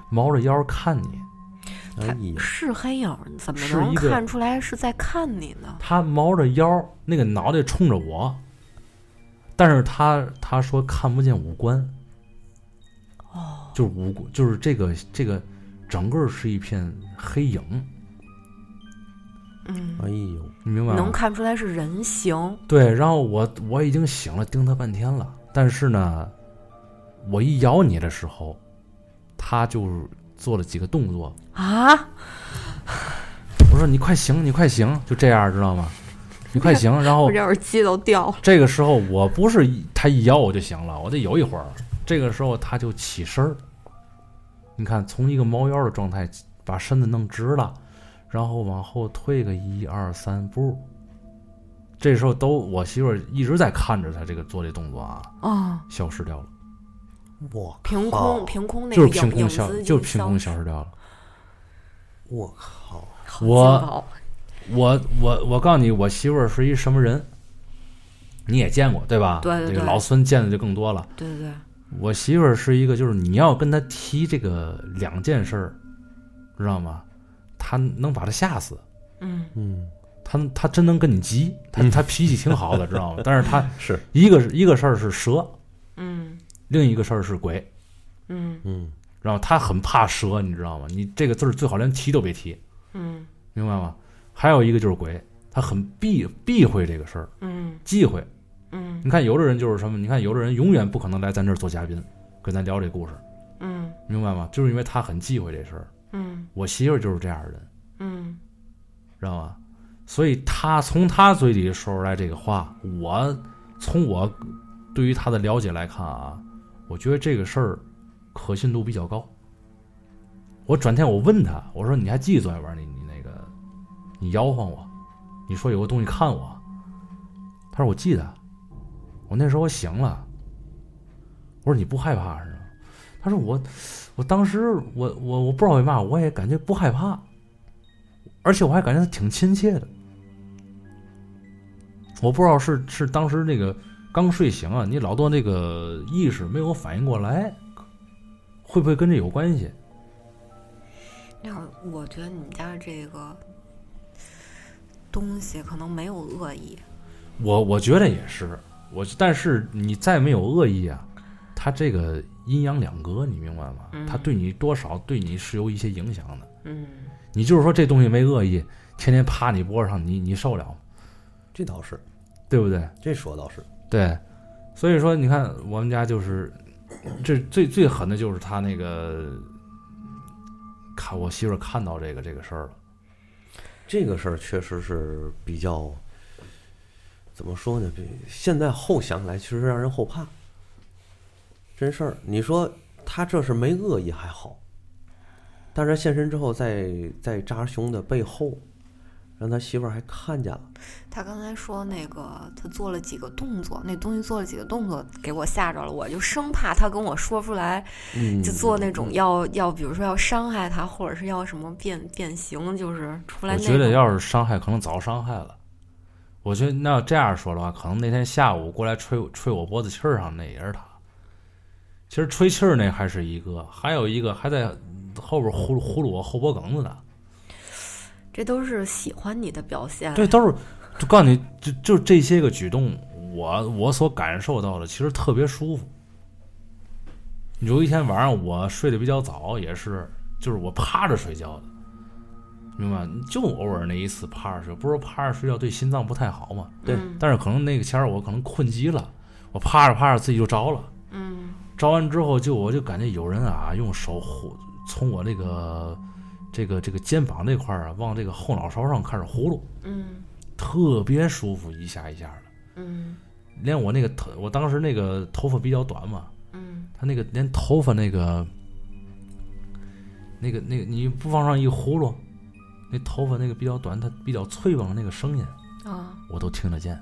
S2: 猫着腰看你。
S1: 哎呀，
S3: 是黑影儿怎么
S2: 是
S3: 能
S2: 一个
S3: 看出来是在看你呢？
S2: 他猫着腰，那个脑袋冲着我，但是他他说看不见五官，
S3: 哦，
S2: 就是五官就是这个这个整个是一片黑影，
S3: 嗯，
S1: 哎呦，
S2: 你明白
S3: 能
S2: 吗？
S3: 看出来是人形，
S2: 对，然后我我已经醒了，盯他半天了，但是呢，我一咬你的时候，他就做了几个动作，
S3: 啊，
S2: 我说你快醒，你快醒，就这样知道吗？你快醒，然后
S3: 我这耳机都掉了。
S2: 这个时候我不是一他一咬我就醒了，我得有一会儿。这个时候他就起身儿，你看从一个猫腰的状态把身子弄直了，然后往后退个一二三步。这时候都我媳妇儿一直在看着他这个做这动作啊，
S3: 哦，
S2: 消失掉了，
S1: 我
S3: 凭
S1: 靠
S3: 空凭空那
S2: 就
S3: 个
S2: 是凭
S3: 影影
S2: 空消，
S3: 子已
S2: 就是
S3: 经
S2: 凭空消失掉了。
S1: 我靠，
S3: 好
S2: 我
S3: 劲爆
S2: 我我我告诉你，我媳妇儿是一什么人，你也见过对吧？
S3: 对对
S2: 这个
S3: 对
S2: 老孙见的就更多了。
S3: 对对对，
S2: 我媳妇儿是一个，就是你要跟她提这个两件事儿，知道吗？她能把她吓死，
S3: 嗯
S1: 嗯，
S2: 她她真能跟你急，她她脾气挺好的，知道吗？但是她
S1: 是，
S2: 一个一个事儿是蛇，
S3: 嗯
S2: 另一个事儿是鬼，
S3: 嗯
S1: 嗯
S2: 然后她很怕蛇，你知道吗？你这个字儿最好连提都别提，
S3: 嗯
S2: 明白吗？还有一个就是鬼，他很避避讳这个事儿，
S3: 嗯
S2: 忌讳。
S3: 嗯
S2: 你看有的人就是什么？你看有的人永远不可能来咱这儿做嘉宾，跟咱聊这故事，
S3: 嗯
S2: 明白吗？就是因为他很忌讳这事儿。
S3: 嗯
S2: 我媳妇儿就是这样的人，
S3: 嗯
S2: 知道吗？所以他从他嘴里说出来这个话，我从我对于他的了解来看啊，我觉得这个事儿可信度比较高。我转天我问他，我说你还记得昨天晚上你你那个你摇晃我，你说有个东西看我，他说我记得，我那时候我醒了，我说你不害怕是吗？他说我我当时我我我不知道为嘛我也感觉不害怕，而且我还感觉他挺亲切的。我不知道是是当时那个刚睡醒啊，你老多那个意识没有反应过来，会不会跟这有关系？
S3: 要是我觉得你们家这个东西可能没有恶意，
S2: 我我觉得也是，我但是你再没有恶意啊，他这个阴阳两隔，你明白吗
S3: 嗯？
S2: 他对你多少对你是有一些影响的。
S3: 嗯
S2: 你就是说这东西没恶意，天天趴你脖子上，你你受了吗？
S1: 这倒是，
S2: 对不对？
S1: 这说倒是，
S2: 对，所以说你看我们家就是，这最最狠的就是他那个，看我媳妇儿看到这个这个事儿了，
S1: 这个事儿确实是比较，怎么说呢？比现在后想起来，其实让人后怕。真事儿，你说他这是没恶意还好，但是现身之后在，在扎熊的背后，让他媳妇儿还看见了。
S3: 他刚才说那个，他做了几个动作，那东西做了几个动作，给我吓着了。我就生怕他跟我说出来，
S1: 嗯
S3: 就做那种要、要，比如说要伤害他，或者是要什么变变形，就是出来
S2: 我
S3: 那
S2: 觉得
S3: 种。
S2: 要是伤害，可能早伤害了。我觉得那要这样说的话，可能那天下午过来吹吹我脖子气儿上那也是他。其实吹气儿那还是一个，还有一个还在后边呼噜呼噜我后脖梗子呢。
S3: 这都是喜欢你的表现。
S2: 对，都是，就告诉你，就就这些个举动，我我所感受到的其实特别舒服。有一天晚上我睡得比较早，也是，就是我趴着睡觉的，明白吗？就偶尔那一次趴着睡，不是说趴着睡觉对心脏不太好嘛？
S1: 对
S3: 嗯
S2: 但是可能那个前儿我可能困极了，我趴着趴着自己就着了，
S3: 嗯
S2: 着完之后就我就感觉有人啊用手呼从我这个这个这个肩膀这块儿啊往这个后脑勺上开始呼噜。
S3: 嗯
S2: 特别舒服，一下一下的，
S3: 嗯
S2: 连我那个头，我当时那个头发比较短嘛，
S3: 嗯
S2: 他那个连头发那个，那个那个你不往上一呼噜，那头发那个比较短，它比较脆弱，那个声音
S3: 啊
S2: 我都听得见，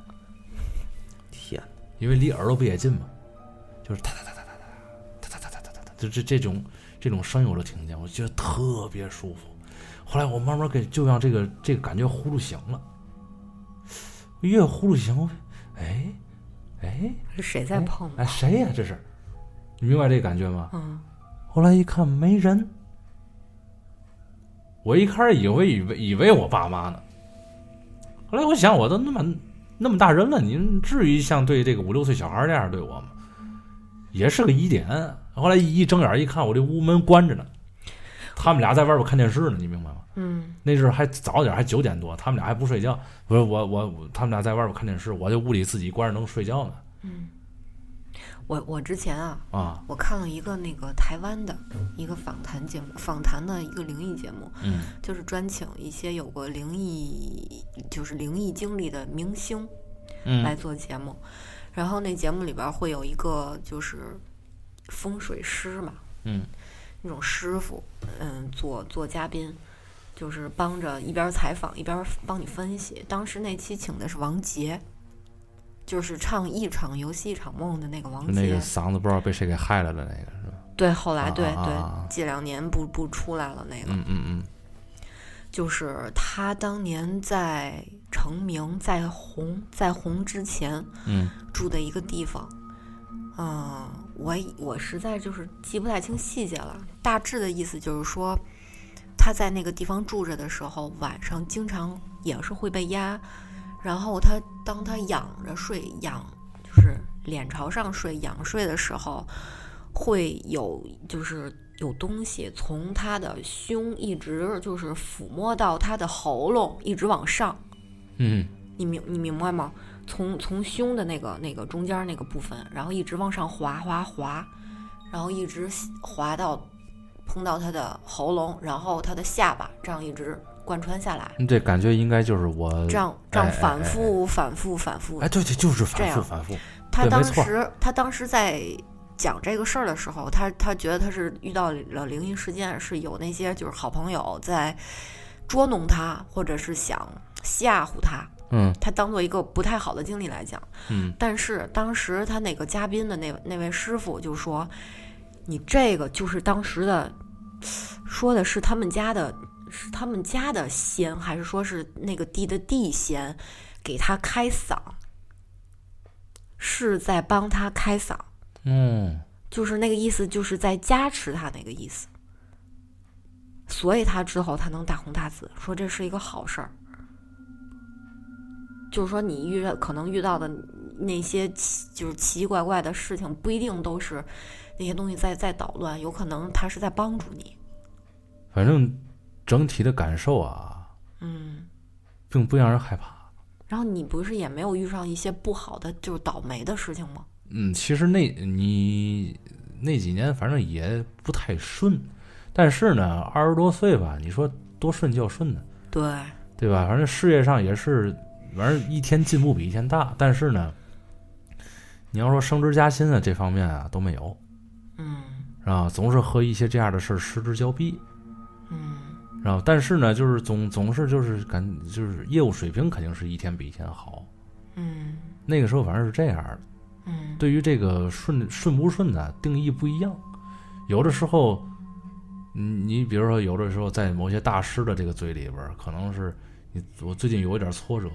S1: 天，
S2: 因为离耳朵不也近嘛，就是哒哒哒哒哒哒哒哒哒哒哒哒哒，就这这种这种声音我都听得见，我觉得特别舒服。后来我慢慢给就让这个这个感觉呼噜醒了，越呼噜醒，我哎哎，
S3: 是谁在碰我？
S2: 哎，谁呀、这是？你明白这感觉吗？
S3: 嗯
S2: 后来一看没人，我一开始以为以为以为我爸妈呢，后来我想我都那么那么大人了，您至于像对这个五六岁小孩那样对我吗？也是个疑点。后来一睁眼一看，我这屋门关着呢，他们俩在外边看电视呢，你明白吗？
S3: 嗯
S2: 那阵儿还早点儿，还九点多，他们俩还不睡觉。我说我我我他们俩在外边看电视，我在屋里自己关着灯睡觉呢
S3: 嗯，我我之前啊，
S2: 啊，
S3: 我看了一个那个台湾的一个访谈节目，访谈的一个灵异节目，
S2: 嗯
S3: 就是专请一些有过灵异就是灵异经历的明星来
S2: 嗯
S3: 做节目，然后那节目里边会有一个就是风水师嘛，
S2: 嗯
S3: 那种师傅，嗯，做做嘉宾，就是帮着一边采访一边帮你分析。当时那期请的是王杰，就是唱《一场游戏一场梦》的那个王杰。
S2: 那个嗓子不知道被谁给害了的那个是吧？
S3: 对，后来
S2: 啊
S3: 对、
S2: 啊啊啊
S3: 对，这两年不不出来了那个，
S2: 嗯嗯嗯
S3: 就是他当年在成名、在红、在红之前
S2: 嗯
S3: 住的一个地方。嗯，我以我实在就是记不太清细节了，大致的意思就是说，他在那个地方住着的时候，晚上经常也是会被压，然后他当他仰着睡，仰就是脸朝上睡，仰睡的时候，会有就是有东西从他的胸一直就是抚摸到他的喉咙，一直往上，
S2: 嗯
S3: 你明你明白吗？从从胸的那个那个中间那个部分，然后一直往上滑滑滑，然后一直滑到碰到他的喉咙，然后他的下巴，这样一直贯穿下来，
S2: 嗯你这感觉应该就是我
S3: 这样这样
S2: 哎哎
S3: 反复反复反复
S2: 哎，。对对，就是
S3: 这
S2: 反复
S3: 样
S2: 反复，
S3: 他
S2: 对
S3: 当
S2: 没错
S3: 时他当时在讲这个事儿的时候，他他觉得他是遇到了灵异事件，是有那些就是好朋友在捉弄他，或者是想吓唬他，
S2: 嗯
S3: 他当做一个不太好的经历来讲。
S2: 嗯
S3: 但是当时他那个嘉宾的那那位师傅就说：“你这个就是当时的，说的是他们家的，是他们家的仙，还是说是那个地的地仙给他开嗓，是在帮他开嗓，
S2: 嗯，
S3: 就是那个意思，就是在加持他那个意思。所以他之后他能大红大紫，说这是一个好事儿。就是说你遇到可能遇到的那些奇就是奇奇怪怪的事情，不一定都是那些东西在在捣乱，有可能他是在帮助你。
S2: 反正整体的感受啊，
S3: 嗯，
S2: 并不让人害怕。
S3: 然后你不是也没有遇上一些不好的就是倒霉的事情吗？
S2: 嗯，其实那你那几年反正也不太顺，但是呢，二十多岁吧，你说多顺就顺呢，
S3: 对，
S2: 对吧？反正事业上也是，反正一天进步比一天大，但是呢，你要说升职加薪啊这方面啊都没有，
S3: 嗯
S2: 然后总是和一些这样的事儿失之交臂，
S3: 嗯
S2: 然后但是呢，就是总总是就是感就是业务水平肯定是一天比一天好。
S3: 嗯
S2: 那个时候反正是这样的，
S3: 嗯，
S2: 对于这个顺顺不顺的定义不一样，有的时候，嗯你比如说有的时候在某些大师的这个嘴里边儿，可能是你我最近有一点挫折，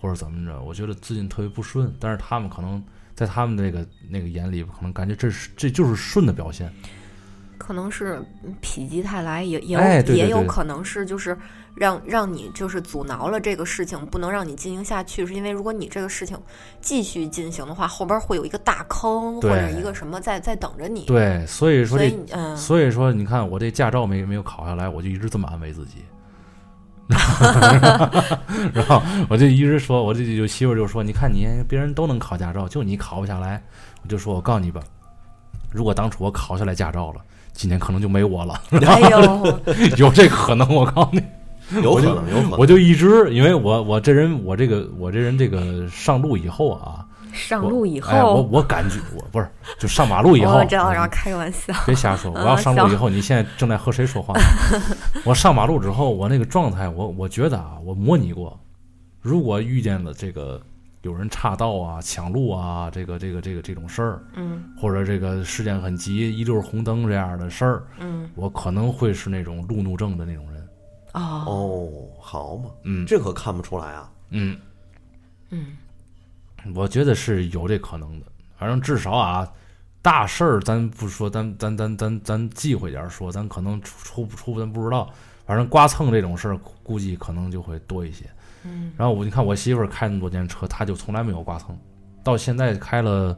S2: 或者怎么着，我觉得最近特别不顺，但是他们可能在他们那个那个眼里，可能感觉这是这就是顺的表现，
S3: 可能是否极泰来，也也有、
S2: 哎对对
S3: 也有
S2: 对
S3: 可能是就是让让你就是阻挠了这个事情，不能让你进行下去，是因为如果你这个事情继续进行的话，后边会有一个大坑或
S2: 对
S3: 者一个什么在在等着你。
S2: 对，所以说
S3: 所以
S2: 这 [LAUGHS]
S3: 你嗯，
S2: 所以说你看我这驾照没没有考下来，我就一直这么安慰自己。然后我就一直说，我这有媳妇儿就说，你看你别人都能考驾照，就你考不下来。我就说，我告诉你吧，如果当初我考下来驾照了，今年可能就没我了，
S3: 哎
S2: [LAUGHS]
S3: 呦，
S2: 有这可能。我告诉你，
S1: 有可能，有可能
S2: 我。就一直，因为我我这人，我这个我这人这个上路以后啊，
S3: [LAUGHS] 上
S2: 我
S3: 路以
S2: 哎、我
S3: 后，
S2: 我感觉我不是就上马路以后，
S3: 我知道，
S2: 嗯
S3: 然后开个玩笑，
S2: 别瞎说！我
S3: 啊
S2: 要上
S3: 行
S2: 路以后，你现在正在和谁
S3: [LAUGHS]
S2: 说话？我上马路之后，我那个状态，我我觉得啊，我模拟过，如果遇见了这个有人岔道啊、抢路啊，这个这个这个这种事儿，
S3: 嗯
S2: 或者这个事件很急，一溜儿红灯这样的事儿，
S3: 嗯，
S2: 我可能会是那种路怒症的那种人。
S3: 哦，
S1: 哦，好嘛，
S2: 嗯
S1: 这可看不出来啊。
S2: 嗯，
S3: 嗯
S2: 我觉得是有这可能的。反正至少啊，大事儿咱不说，咱咱咱咱咱忌讳点儿说，咱可能出出不出咱不知道。反正刮蹭这种事儿，估计可能就会多一些。
S3: 嗯
S2: 然后我你看我媳妇儿开那么多年车，她就从来没有刮蹭，到现在开了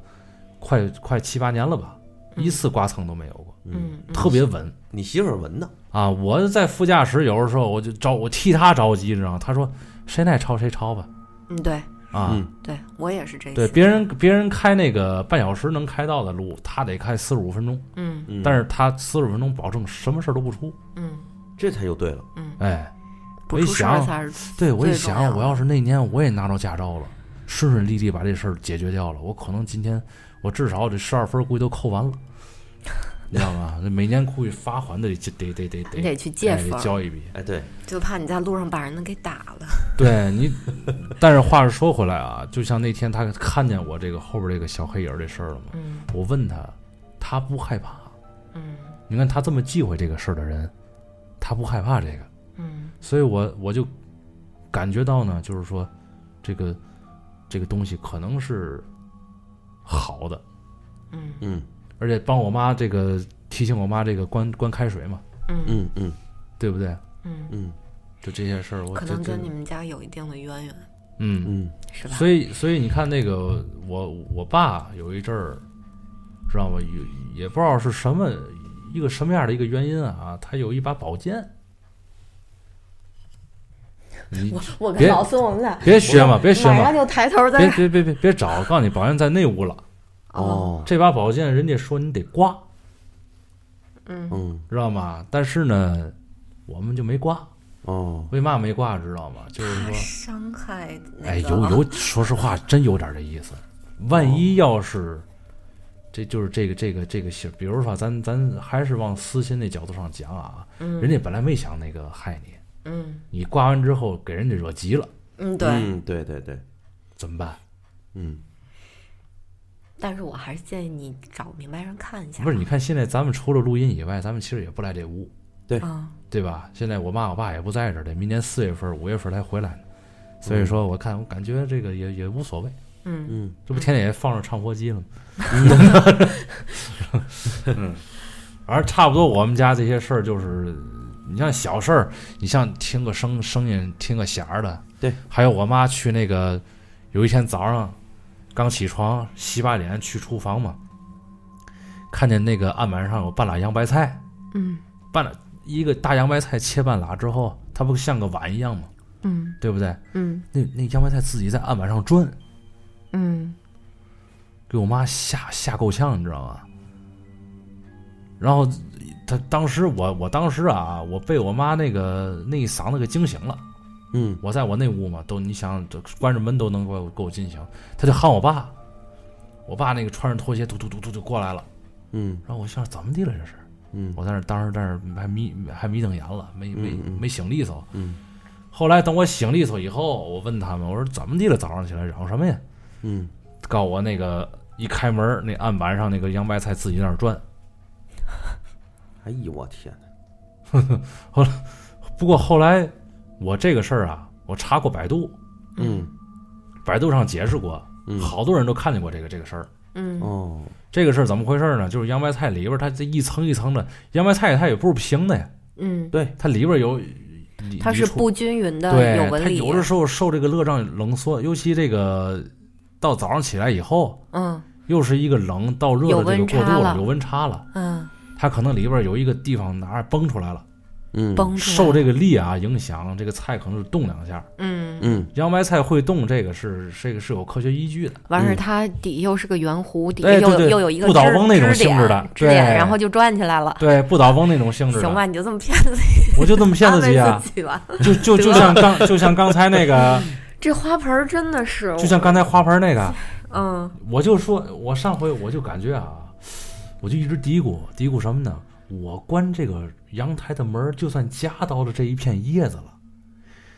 S2: 快快七八年了吧，
S3: 嗯
S2: 一次刮蹭都没有过，
S3: 嗯，嗯
S2: 特别稳。
S1: 你媳妇儿闻的，
S2: 啊，我在副驾驶有的时候我就着我替他着急，你知道吗？他说谁爱超谁超吧，
S3: 嗯，对
S2: 啊，
S1: 嗯
S3: 对，我也是这
S2: 对，
S3: 些，
S2: 别人别人开那个半小时能开到的路，他得开四十五分钟，
S3: 嗯
S1: 嗯，
S2: 但是他四十五分钟保证什么事儿都不出。
S3: 嗯
S1: 这才就对了。
S3: 嗯，
S2: 哎，
S3: 不
S2: 我一
S3: 出事儿
S2: 想哎
S3: 才是
S2: 对我一
S3: 最重要
S2: 想，
S3: 的
S2: 我要是那年我也拿到驾照了，顺顺利利把这事儿解决掉了，我可能今天我至少这十二分儿估计都扣完了， [LAUGHS] 你知道吗？那每年估计罚款得得得得
S3: 你
S2: 得
S3: 得去借
S2: 哎得
S3: 分儿，
S2: 交一笔。
S1: 哎，对，
S3: 就怕你在路上把人给打
S2: [LAUGHS]
S3: 了。
S2: 对你，但是话说回来啊，就像那天他看见我这个后边这个小黑影儿这事儿了嘛，
S3: 嗯
S2: 我问他，他不害怕。
S3: 嗯
S2: 你看他这么忌讳这个事儿的人，他不害怕这个，
S3: 嗯
S2: 所以我我就感觉到呢，就是说，这个这个东西可能是好的，
S3: 嗯
S1: 嗯
S2: 而且帮我妈这个提醒我妈这个关关开水嘛，
S3: 嗯
S1: 嗯嗯
S2: 对不对？
S3: 嗯，
S1: 嗯
S2: 就这些事儿，我
S3: 可
S2: 就
S3: 能
S2: 觉
S3: 跟
S2: 得
S3: 你们家有一定的渊源，
S2: 嗯
S1: 嗯，
S3: 是吧？
S2: 所以，所以你看那个我我爸有一阵儿，知道吗？也也不知道是什么一个什么样的一个原因啊，他有一把宝剑，你
S4: 我我跟
S2: 别
S4: 老孙我们俩
S2: 别学嘛，别学
S4: 马
S2: 嘛
S4: 上，就抬头在
S2: 别别别别别找！我告诉你，宝剑在内屋了。
S1: 哦，
S2: 这把宝剑，人家说你得刮，
S3: 嗯，
S1: 嗯，
S2: 知道吗？但是呢，我们就没刮。
S1: 哦，
S2: 为嘛没挂？知道吗？就是说，
S3: 伤害那个
S2: 哎，有有，说实话，真有点这意思。万一要是，这就是这个这个这个性，比如说咱咱还是往私心那角度上讲啊，
S3: 嗯
S2: 人家本来没想那个害你，
S3: 嗯
S2: 你挂完之后给人家惹急了，
S3: 嗯对，
S1: 嗯，对对对，
S2: 怎么办？
S1: 嗯，
S3: 但是我还是建议你找明白人看一下。
S2: 不是，你看现在咱们除了录音以外，咱们其实也不来这屋，
S3: 啊，
S2: 对吧？现在我妈我爸也不在这儿了，明年四月份、五月份才回来呢，所以说我看我感觉这个也也无所谓，
S3: 嗯
S1: 嗯，
S2: 这不天天也放着唱佛机了吗？嗯， [LAUGHS] 反正差不多我们家这些事儿就是，你像小事儿，你像听个声声音，听个弦儿的，
S1: 对，
S2: 还有我妈去那个，有一天早上刚起床洗把脸去厨房嘛，看见那个案板上有半拉洋白菜，
S3: 嗯
S2: 半拉一个大洋白菜切半拉之后，它不像个碗一样嘛，
S3: 嗯
S2: 对不对？
S3: 嗯
S2: 那那洋白菜自己在案板上转，
S3: 嗯
S2: 给我妈吓吓够呛，你知道吗？然后她当时我我当时啊，我被我妈那个那一嗓子给惊醒了。
S1: 嗯，
S2: 我在我那屋嘛，都你想这关着门都能给我给我惊醒，她就喊我爸，我爸那个穿着拖鞋嘟嘟嘟嘟就过来了。
S1: 嗯，
S2: 然后我想怎么的了这是？
S1: 嗯，
S2: 我在那儿当时在那儿还迷还迷瞪眼了，没没
S1: 嗯嗯
S2: 没醒利索。
S1: 嗯。
S2: 后来等我醒利索以后，我问他们，我说怎么的了？早上起来嚷什么呀？
S1: 嗯，
S2: 告我那个一开门儿，那案板上那个洋白菜自己在那儿转。
S1: 哎呦我天哪，
S2: 不过后来我这个事儿啊，我查过百度，
S1: 嗯，
S2: 百度上解释过，
S1: 嗯，，
S2: 好多人都看见过这个这个事儿。
S3: 嗯
S1: 哦，
S2: 这个事儿怎么回事呢？就是洋白菜里边儿它这一层一层的，洋白菜它也不是平的呀，
S3: 嗯，
S1: 对，
S2: 它里边儿有里
S3: 它是
S2: 里出
S3: 不均匀的，
S2: 对，
S3: 有纹
S2: 它
S3: 理。啊
S2: 有的时候受这个热胀冷缩，尤其这个到早上起来以后，
S3: 嗯
S2: 又是一个冷到热的这个过
S3: 有温
S2: 渡
S3: 差了
S2: 有温差了，
S3: 嗯，
S2: 它可能里边儿有一个地方哪儿崩出来了。
S1: 嗯，
S3: 崩出来
S2: 受这个力啊影响，这个菜可能就动两下。
S3: 嗯，
S1: 嗯，
S2: 洋白菜会动，这个是这个是有科学依据的。
S3: 完
S1: 嗯
S3: 事儿它底又是个圆弧，底下
S2: 对
S3: 又
S2: 哎对对
S3: 又有一个
S2: 不倒
S3: 支
S2: 翁那种性质的
S3: 支点支点
S2: 对
S3: 然后就转起来了。
S2: 对，不倒翁那种性质的，
S3: 行吧，你就这么骗自己，
S2: 我就这么骗
S3: 安
S2: 自
S3: 慰
S2: 己
S3: [LAUGHS]
S2: 啊，
S3: 自己吧。
S2: 就就就像刚就像刚才那个，
S3: 这花盆儿真的是，
S2: 就像刚才花盆那个，
S3: 嗯
S2: 我就说，我上回我就感觉啊，我就一直嘀咕嘀咕什么呢？我关这个阳台的门儿，就算夹到了这一片叶子了，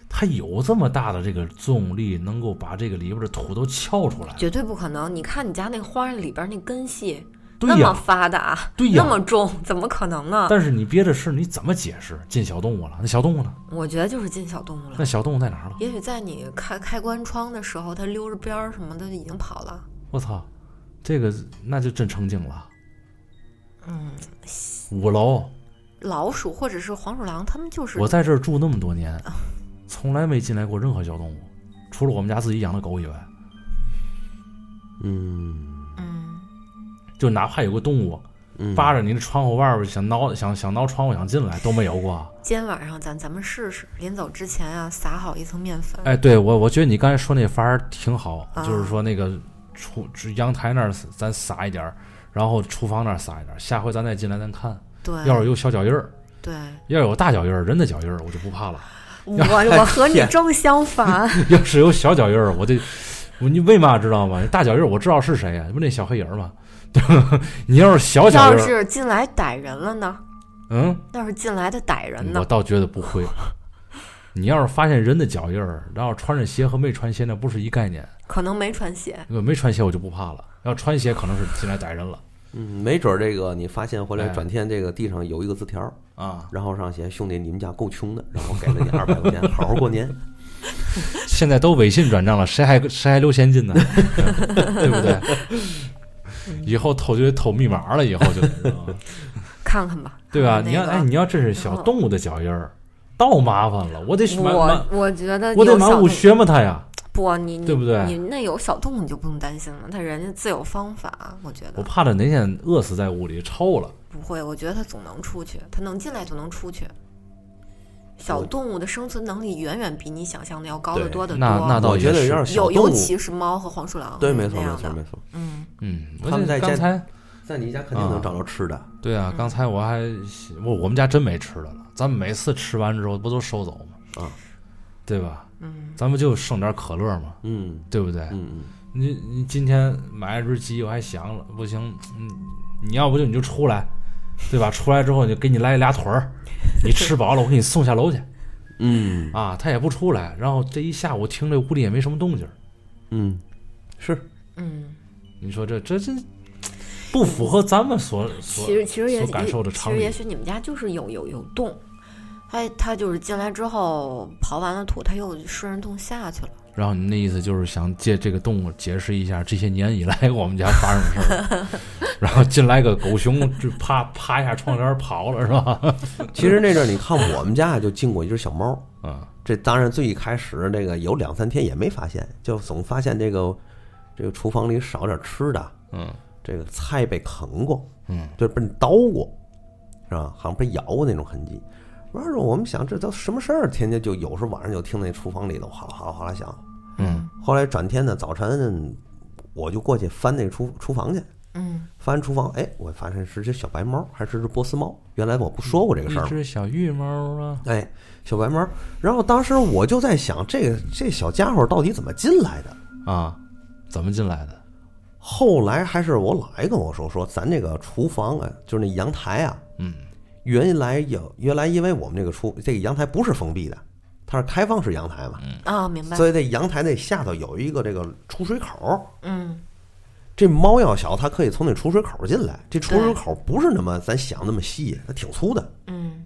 S2: 它有这么大的这个作用力，能够把这个里边的土都撬出来？
S3: 绝对不可能。你看你家那个花里边那根系
S2: 对
S3: 那
S2: 呀、
S3: 么发达，
S2: 对呀、
S3: 那么重，怎么可能呢？
S2: 但是你憋着事，你怎么解释进小动物了？那小动物呢？
S3: 我觉得就是进小动物了
S2: 那。小动物在哪儿了？
S3: 也许在你开开关窗的时候，它溜着边儿什么的已经跑了。
S2: 我操，这个那就真成精了。
S3: 嗯，
S2: 五楼，
S3: 老鼠或者是黄鼠狼，它们就是啊
S2: 我在这儿住那么多年，从来没进来过任何小动物，除了我们家自己养的狗以外，
S1: 嗯，
S3: 嗯
S2: 就哪怕有个动物
S1: 嗯，
S2: 扒着你的窗户外边想挠想想挠窗户想进来都没有过。
S3: 今天晚上咱咱们试试，临走之前啊，撒好一层面粉。
S2: 哎，对我我觉得你刚才说那法儿挺好，
S3: 啊
S2: 就是说那个厨阳台那儿咱撒一点儿，然后厨房那儿撒一点儿，下回咱再进来咱看，
S3: 对，
S2: 要是有小脚印儿。 [LAUGHS]
S3: 对，
S2: 要有大脚印儿，人的脚印儿我就不怕了； [LAUGHS]
S3: 我
S2: 哎
S3: 我和你
S1: 天
S3: 正相反。
S2: 要是有小脚印儿，我就我你为嘛知道吗？大脚印儿我知道是谁呀、这不那小黑人儿吗？ [LAUGHS] 你要是小脚
S3: 要
S2: 印儿，
S3: 是进来逮人了呢？
S2: 嗯，
S3: 要是进来的逮人
S2: 我
S3: 呢？
S2: 倒觉得不会。你要是发现人的脚印儿，然后穿着鞋和没穿鞋那不是一概念。
S3: 可能没穿鞋。
S2: 那个没穿鞋我就不怕了，要穿鞋可能是进来逮人了
S1: 嗯，没准儿这个你发现回来
S2: 哎
S1: 转天这个地上有一个字条儿，
S2: 啊！
S1: 然后上写兄弟你们家够穷的，然后给了你二百块钱，好好过年。
S2: 现在都微信转账了，谁还谁还留现金呢？ [LAUGHS] 对不对？
S3: [LAUGHS]
S2: 以后偷就得偷密码了，以后就得是吧
S3: 看看吧，
S2: 对吧？
S3: 看看
S2: 你要
S3: 啊那
S2: 哎，
S3: 个
S2: 你要真是小动物的脚印儿，倒麻烦了，我得满
S3: 我
S2: 满，
S3: 我觉得
S2: 我得
S3: 有小
S2: 满
S3: 动
S2: 屋
S3: 物
S2: 学嘛它呀。
S3: 不，你你
S2: 对不对
S3: 你那有小动物你就不用担心了，它人家自有方法，我觉
S2: 我
S3: 得
S2: 怕它哪天饿死在屋里臭了。
S3: 不会，我觉得它总能出去，它能进来就能出去。小动物的生存能力远远比你想象的要高得
S1: 对
S3: 多得多。
S2: 那那倒
S1: 我觉得
S2: 也是
S1: 要是小动
S3: 尤尤
S1: 物，
S3: 其是猫和黄鼠狼，
S1: 对，没错，
S3: 那
S1: 没
S3: 样
S1: 错，
S3: 的
S1: 没错，
S3: 嗯，
S2: 嗯，
S1: 他们在
S2: 刚
S1: 家
S2: 才
S1: 在你家肯定能找着吃的。
S2: 对啊，刚才我还我我们家真没吃的了，咱们每次吃完之后不都收走吗？
S1: 啊，
S2: 对吧？嗯，咱们就剩点可乐嘛，
S1: 嗯
S2: 对不对？
S1: 嗯嗯，
S2: 你你今天买了只鸡，我还想了，不行，嗯，你要不就你就出来，对吧？出来之后你就给你来俩腿儿，你吃饱了我给你送下楼去
S1: 嗯
S2: 啊。他也不出来，然后这一下午听这屋里也没什么动静儿，
S1: 嗯，是
S3: 嗯，
S2: 你说这这这不符合咱们所所
S3: 其实其实也
S2: 所感受的
S3: 其
S2: 常
S3: 实
S2: 理
S3: 也许你们家就是有有有洞，它它就是进来之后刨完了土，它又顺着洞下去了。
S2: 然后你那意思就是想借这个动物解释一下这些年以来我们家发生的事儿，
S3: [LAUGHS]
S2: 然后进来个狗熊就啪啪一下窗帘儿跑了是吧？ [LAUGHS]
S1: 其实那阵儿你看我们家就进过一只小猫，
S2: 嗯，
S1: 这当然最一开始这个有两三天也没发现，就总发现这个这个厨房里少点吃的，
S2: 嗯，
S1: 这个菜被啃过，
S2: 嗯，
S1: 对，被人叨过，是吧？好像被咬过那种痕迹。完了，我们想这都什么事儿？天天就有时候晚上就听那厨房里头哗啦哗啦哗啦响。
S2: 嗯，
S1: 后来转天呢，早晨我就过去翻那厨厨房去，
S3: 嗯，
S1: 翻厨房，哎，我发现是只小白猫，还是只波斯猫。原来我不说过这个事儿
S2: 一
S1: 吗？
S2: 只小玉猫啊，
S1: 哎，小白猫。然后当时我就在想，这个这小家伙到底怎么进来的？
S2: 啊，怎么进来的？
S1: 后来还是我姥爷跟我说，说咱这个厨房啊，就是那阳台啊，
S2: 嗯，
S1: 原来有原来因为我们这个厨这个阳台不是封闭的，它是开放式阳台嘛，
S3: 啊，明白。
S1: 所以这阳台那下头有一个这个出水口。
S3: 嗯，
S1: 这猫要小，它可以从那出水口进来。这出水口不是那么咱想那么细，它挺粗的。
S3: 嗯，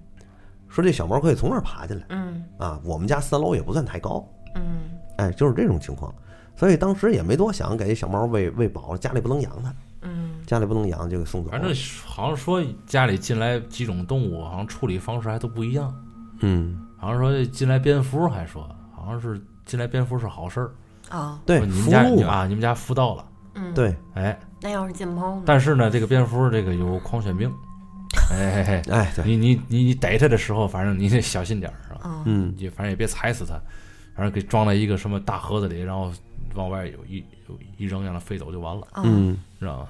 S1: 说这小猫可以从这儿爬进来
S3: 嗯，
S1: 啊。我们家三楼也不算太高，
S3: 嗯，
S1: 哎，就是这种情况。所以当时也没多想，给小猫喂喂饱了，家里不能养它，
S3: 嗯，
S1: 家里不能养就给送走
S2: 反
S1: 了
S2: 正。好像说家里进来几种动物，好像处理方式还都不一样。
S1: 嗯，
S2: 好像说进来蝙蝠，还说好像是进来蝙蝠是好事儿。
S3: 啊，
S1: 对，
S2: 说你们
S1: 福
S2: 家
S1: 禄
S2: 你
S1: 嘛，
S2: 啊，你们家福到了，
S3: 嗯，。
S1: 对，
S2: 哎，
S3: 那要是进猫呢？
S2: 但是呢，这个蝙蝠这个有狂犬病，哎嘿嘿。
S1: 哎 [LAUGHS] 对，
S2: 你你你你逮它的时候，反正你得小心点儿啊，
S3: 嗯，
S1: 嗯，
S2: 也反正也别踩死它，反正给装在一个什么大盒子里，然后往外有一有一扔，让它飞走就完了，
S3: 啊，
S1: 嗯
S2: 知道吗？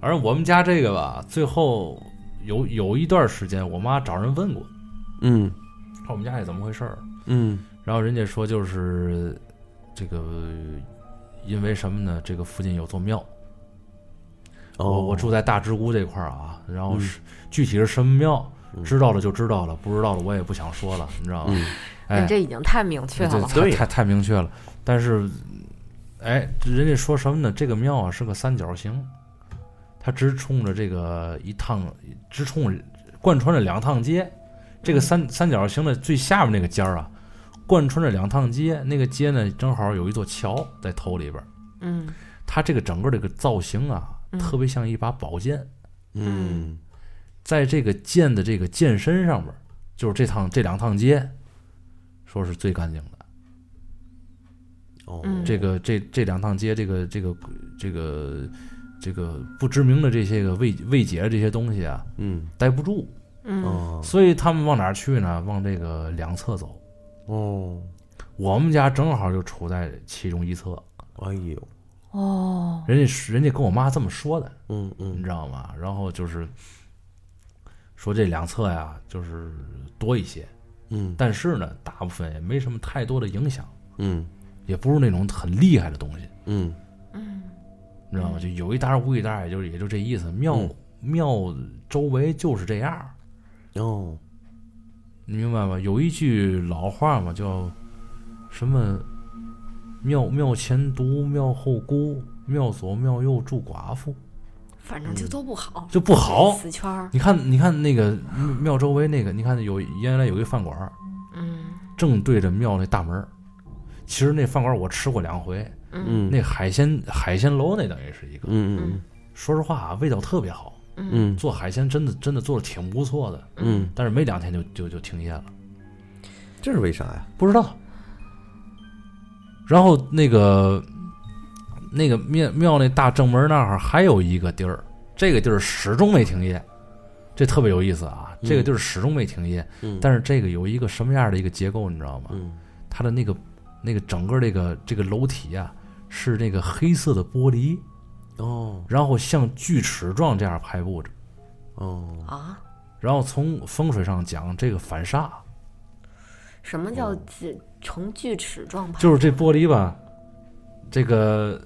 S2: 而我们家这个吧，最后有有一段时间，我妈找人问过，
S1: 嗯
S2: 看我们家里怎么回事儿，
S1: 嗯
S2: 然后人家说就是这个因为什么呢？这个附近有座庙，
S1: 哦，嗯
S2: 我我住在大支屋这块儿啊，然后是、具体是什么庙，知道了就知道了，不知道了我也不想说了，你知道吗？
S1: 嗯
S2: 哎，
S3: 这已经太明确
S2: 这
S3: 了。
S2: 太太太明确了。但是，哎，人家说什么呢？这个庙啊是个三角形，它直冲着这个一趟，直冲贯穿着两趟街。这个三三角形的最下面那个尖儿啊，贯穿着两趟街，那个街呢正好有一座桥在头里边儿。
S3: 嗯
S2: 它这个整个这个造型啊，
S3: 嗯
S2: 特别像一把宝剑，
S1: 嗯
S2: 在这个剑的这个剑身上边儿，就是这趟这两趟街，说是最干净的。
S1: 哦，
S3: 嗯
S2: 这个这这两趟街，这个这个这个这个不知名的这些个未未解的这些东西啊，
S1: 嗯
S2: 待不住，
S3: 嗯
S1: 哦
S2: 所以他们往哪儿去呢？往这个两侧走。
S1: 哦，
S2: 我们家正好就处在其中一侧，
S1: 哎呦，
S3: 哦，
S2: 人家人家跟我妈这么说的，
S1: 嗯
S2: 你
S1: 嗯
S2: 知道吗？然后就是说这两侧呀，就是多一些，
S1: 嗯
S2: 但是呢，大部分也没什么太多的影响，
S1: 嗯
S2: 也不是那种很厉害的东西。
S1: 嗯
S2: 你知道吗？就有一搭无一搭，也就也就这意思。庙、庙周围就是这样儿，
S1: 哦，
S2: 你明白吗？有一句老话嘛，叫什么“庙庙前独，庙后孤，庙左庙右助寡妇
S3: 反正就都不好”，，
S2: 就不嗯好。
S3: 死圈儿。
S2: 你看，你看那个庙周围那个，你看有原来有一饭馆儿，
S3: 嗯
S2: 正对着庙那大门儿。其实那饭馆儿我吃过两回，
S1: 嗯
S2: 那海鲜海鲜楼那等于是一个，
S1: 嗯
S2: 说实话啊味道特别好，
S1: 嗯
S2: 做海鲜真的真的做的挺不错的。
S1: 嗯嗯，
S2: 但是没两天就就就停业了，
S1: 这是为啥呀？
S2: 不知道。然后那个那个庙庙那大正门那儿还有一个地儿，这个地儿始终没停业，这特别有意思啊！这个就是始终没停业。
S1: 嗯，
S2: 但是这个有一个什么样的一个结构，你知道吗？
S1: 嗯
S2: 它的那个那个整个这个这个楼体啊，是那个黑色的玻璃，
S1: 哦
S2: 然后像锯齿状这样排布着。
S1: 哦
S3: 啊？
S2: 然后从风水上讲，这个反煞
S3: 什么叫锯呈锯齿状盘？
S2: 就是这玻璃吧，这个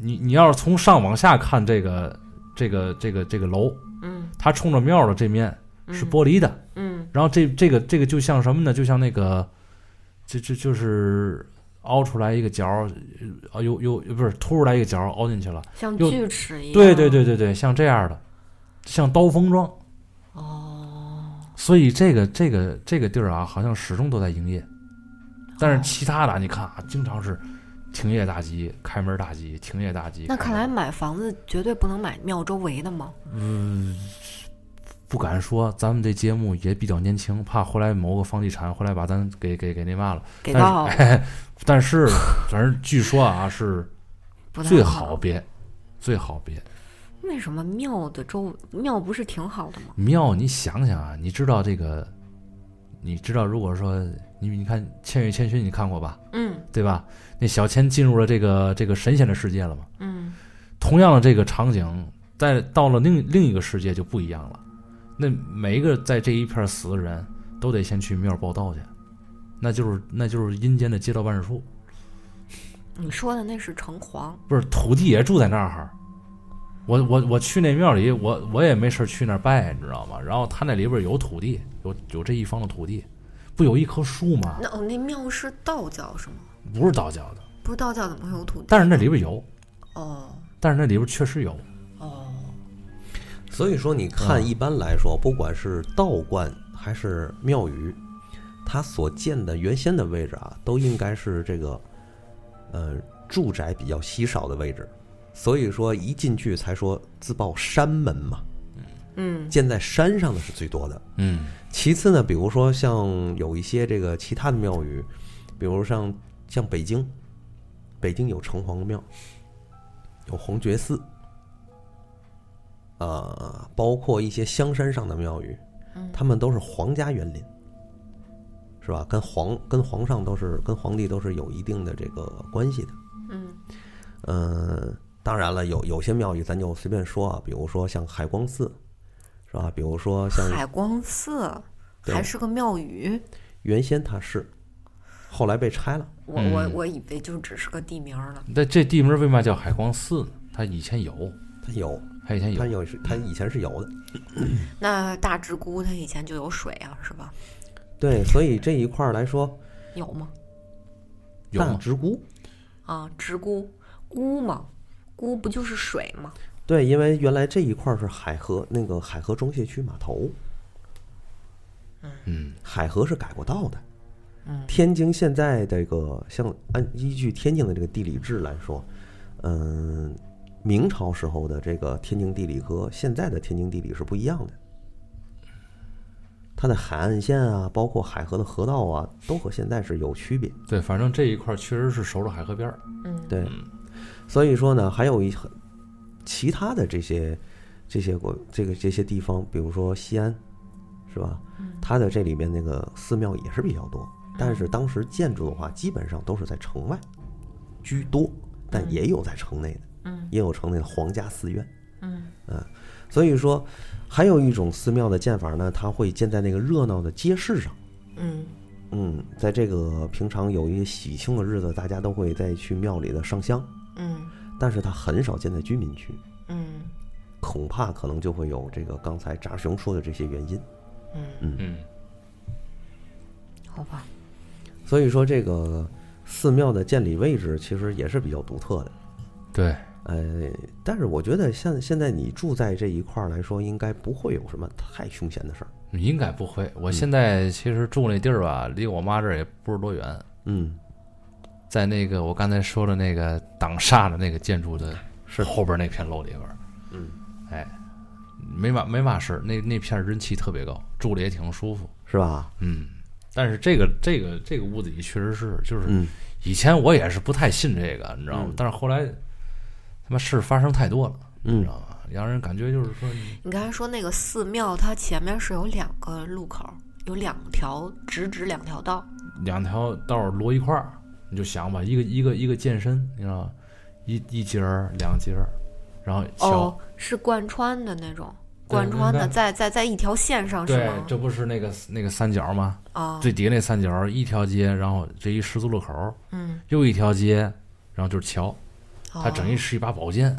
S2: 你你要是从上往下看这个这个这个这个楼，
S3: 嗯
S2: 它冲着庙的这面是
S3: 嗯
S2: 玻璃的，
S3: 嗯
S2: 然后这这个这个就像什么呢？就像那个，这这就是凹出来一个角儿，啊，又又不是凸出来一个角儿凹进去了。
S3: 像
S2: 又
S3: 锯齿一样。
S2: 对对对对对，像这样的，像刀锋状。
S3: 哦，
S2: 所以这个这个这个地儿啊，好像始终都在营业，但是其他的啊你看啊，经常是停业大吉、开门大吉、停业大吉。
S3: 那
S2: 开
S3: 看
S2: 门
S3: 来买房子绝对不能买庙周围的嘛。
S2: 不敢说，咱们这节目也比较年轻，怕回来某个房地产回来把咱给给给那嘛了。
S3: 给
S2: 但是哎 [LAUGHS]
S3: 到
S2: 但是反正据说啊是。
S3: 不太
S2: 最好。别，最好别
S3: 为什么庙的周庙不是挺好的吗？
S2: 庙。你想想啊，你知道这个，你知道，如果说你你看《千与千寻》，你看过吧？
S3: 嗯
S2: 对吧？那小千进入了这个这个神仙的世界了嘛？
S3: 嗯
S2: 同样的这个场景，在到了另另一个世界就不一样了。那每一个在这一片死的人都得先去庙报道去，那就是那就是阴间的街道办事处，
S3: 你说的那是城隍，
S2: 不是土地也住在那儿。我我我去那庙里，我我也没事儿去那儿拜，你知道吗？然后他那里边儿有土地，有有这一方的土地，不有一棵树吗？
S3: 那哦，那庙是道教是吗？
S2: 不是道教的，
S3: 不是道教怎么会有土地？
S2: 但是那里边儿有，
S3: 哦
S2: 但是那里边儿确实有。
S3: 哦，
S1: 所以说，你看，一般来说，不管是道观还是庙宇，它所建的原先的位置啊，都应该是这个，呃，住宅比较稀少的位置。所以说，一进去才说自报山门嘛，
S3: 嗯
S1: 建在山上的是最多的。
S2: 嗯
S1: 其次呢，比如说像有一些这个其他的庙宇，比如像像北京，北京有城隍庙，有皇觉寺，呃，包括一些香山上的庙宇，他们都是皇家园林，是吧？跟皇跟皇上都是跟皇帝都是有一定的这个关系的。
S3: 嗯
S1: 嗯，当然了，有有些庙宇咱就随便说啊，比如说像海光寺，是吧？比如说像
S3: 海光寺
S1: 对
S3: 还是个庙宇，
S1: 原先它是，后来被拆了。
S3: 我
S2: 嗯
S3: 我我以为就只是个地名儿呢。
S2: 那这地名为嘛叫海光寺呢？它以前有，
S1: 它有，
S2: 它以前有嗯
S1: 它，有是，它以前是有的。
S3: 那大直沽它以前就有水啊，是吧？
S1: 对，所以这一块儿来说，
S3: 有吗？
S2: 有
S1: 大
S2: 吗？
S1: 直沽，
S3: 啊，直沽沽嘛，沽不就是水吗？
S1: 对，因为原来这一块儿是海河那个海河中卸区码头，
S2: 嗯，
S1: 海河是改过道的。天津现在这个像按依据天津的这个地理志来说，嗯，明朝时候的这个天津地理和现在的天津地理是不一样的。它的海岸线啊，包括海河的河道啊，都和现在是有区别。
S2: 对，反正这一块儿确实是守着海河边儿。
S3: 嗯
S1: 对，所以说呢，还有一很其他的这些这些国这个这些地方，比如说西安，是吧？它的这里边那个寺庙也是比较多，但是当时建筑的话，基本上都是在城外居多，但也有在城内的，
S3: 嗯，
S1: 也有城内的皇家寺院，
S3: 嗯
S1: 所以说。还有一种寺庙的建法呢，它会建在那个热闹的街市上。
S3: 嗯
S1: 嗯，在这个平常有一些喜庆的日子，大家都会再去庙里的上香，
S3: 嗯
S1: 但是它很少建在居民区。
S3: 嗯
S1: 恐怕可能就会有这个刚才扎熊说的这些原因。
S2: 嗯，
S3: 好吧，
S1: 所以说，这个寺庙的建立位置其实也是比较独特的。
S2: 对，
S1: 呃，但是我觉得像现在你住在这一块儿来说，应该不会有什么太凶险的事儿。
S2: 应该不会。我现在其实住那地儿吧，离我妈这儿也不是多远，
S1: 嗯，
S2: 在那个我刚才说的那个挡煞的那个建筑的
S1: 是
S2: 后边那片楼里边。
S1: 嗯，
S2: 哎，没嘛没嘛事儿，那那片人气特别高，住的也挺舒服。
S1: 是吧？
S2: 嗯，但是这个这个这个屋子里确实是，就是
S1: 嗯，
S2: 以前我也是不太信这个，你知道吗？但是后来他妈事儿发生太多了，
S1: 嗯
S2: 你知道吗？让人感觉就是说你
S3: 你刚才说那个寺庙，它前面是有两个路口，有两条直指两条道。
S2: 两条道儿摞一块儿，你就想吧，一个一个一个健身，你知道吗，一一节儿两节儿，然后小、
S3: 哦，是贯穿的那种，
S2: 对
S3: 贯穿
S2: 应该
S3: 的，在在在一条线上啊是
S2: 对
S3: 吗，？
S2: 这不是那个那个三角吗？
S3: 啊，
S2: 最底下那三角一条街，然后这一十字路口儿
S3: 嗯，
S2: 又一条街，然后就是桥，
S3: 哦
S2: 它整一是一把宝剑。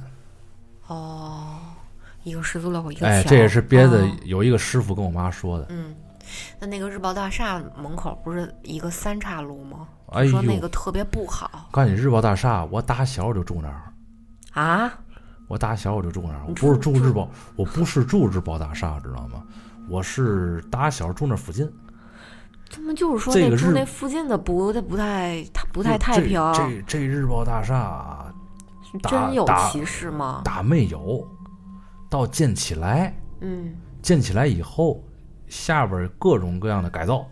S3: 哦，一个十字路口，一个
S2: 哎，
S3: 桥
S2: 这也是别的
S3: 哦
S2: 有一个师傅跟我妈说的。
S3: 嗯，那那个日报大厦门口不是一个三岔路吗？
S2: 哎呦
S3: 说，那个特别不好
S2: 告诉你，日报大厦，我打小我就住那儿，
S3: 啊，
S2: 我打小我就住那儿，我
S3: 你
S2: 不是
S3: 住
S2: 住日报，我不是住日报大厦，知道吗？我是打小住那附近。
S3: 他们就是说
S2: 这
S3: 那
S2: 个
S3: 住
S2: 日
S3: 那附近的不，它不太，它不
S2: 这
S3: 太太平，
S2: 这这日报大厦打
S3: 真有
S2: 打
S3: 歧视吗？
S2: 打没有，到建起来，
S3: 嗯，
S2: 建起来以后，下边各种各样的改造，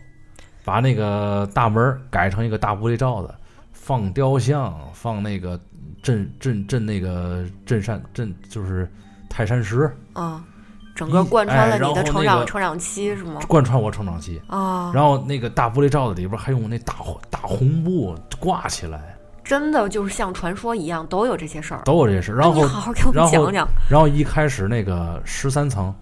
S2: 把那个大门儿改成一个大玻璃罩子，放雕像，放那个镇镇镇那个镇山镇就是泰山石，
S3: 啊，整个
S2: 一
S3: 贯穿
S2: 哎
S3: 了
S2: 然
S3: 你的
S2: 后
S3: 成
S2: 那
S3: 长
S2: 个
S3: 成长期是吗？
S2: 贯穿我成长期。
S3: 啊，
S2: 然后那个大玻璃罩子里边还用那大红大红布挂起来，
S3: 真的就是像传说一样，都有这些事儿。
S2: 都有这事。
S3: 那
S2: 然
S3: 你
S2: 后
S3: 好好给我
S2: 然
S3: 们
S2: 后
S3: 讲讲
S2: 然后一开始那个十三层，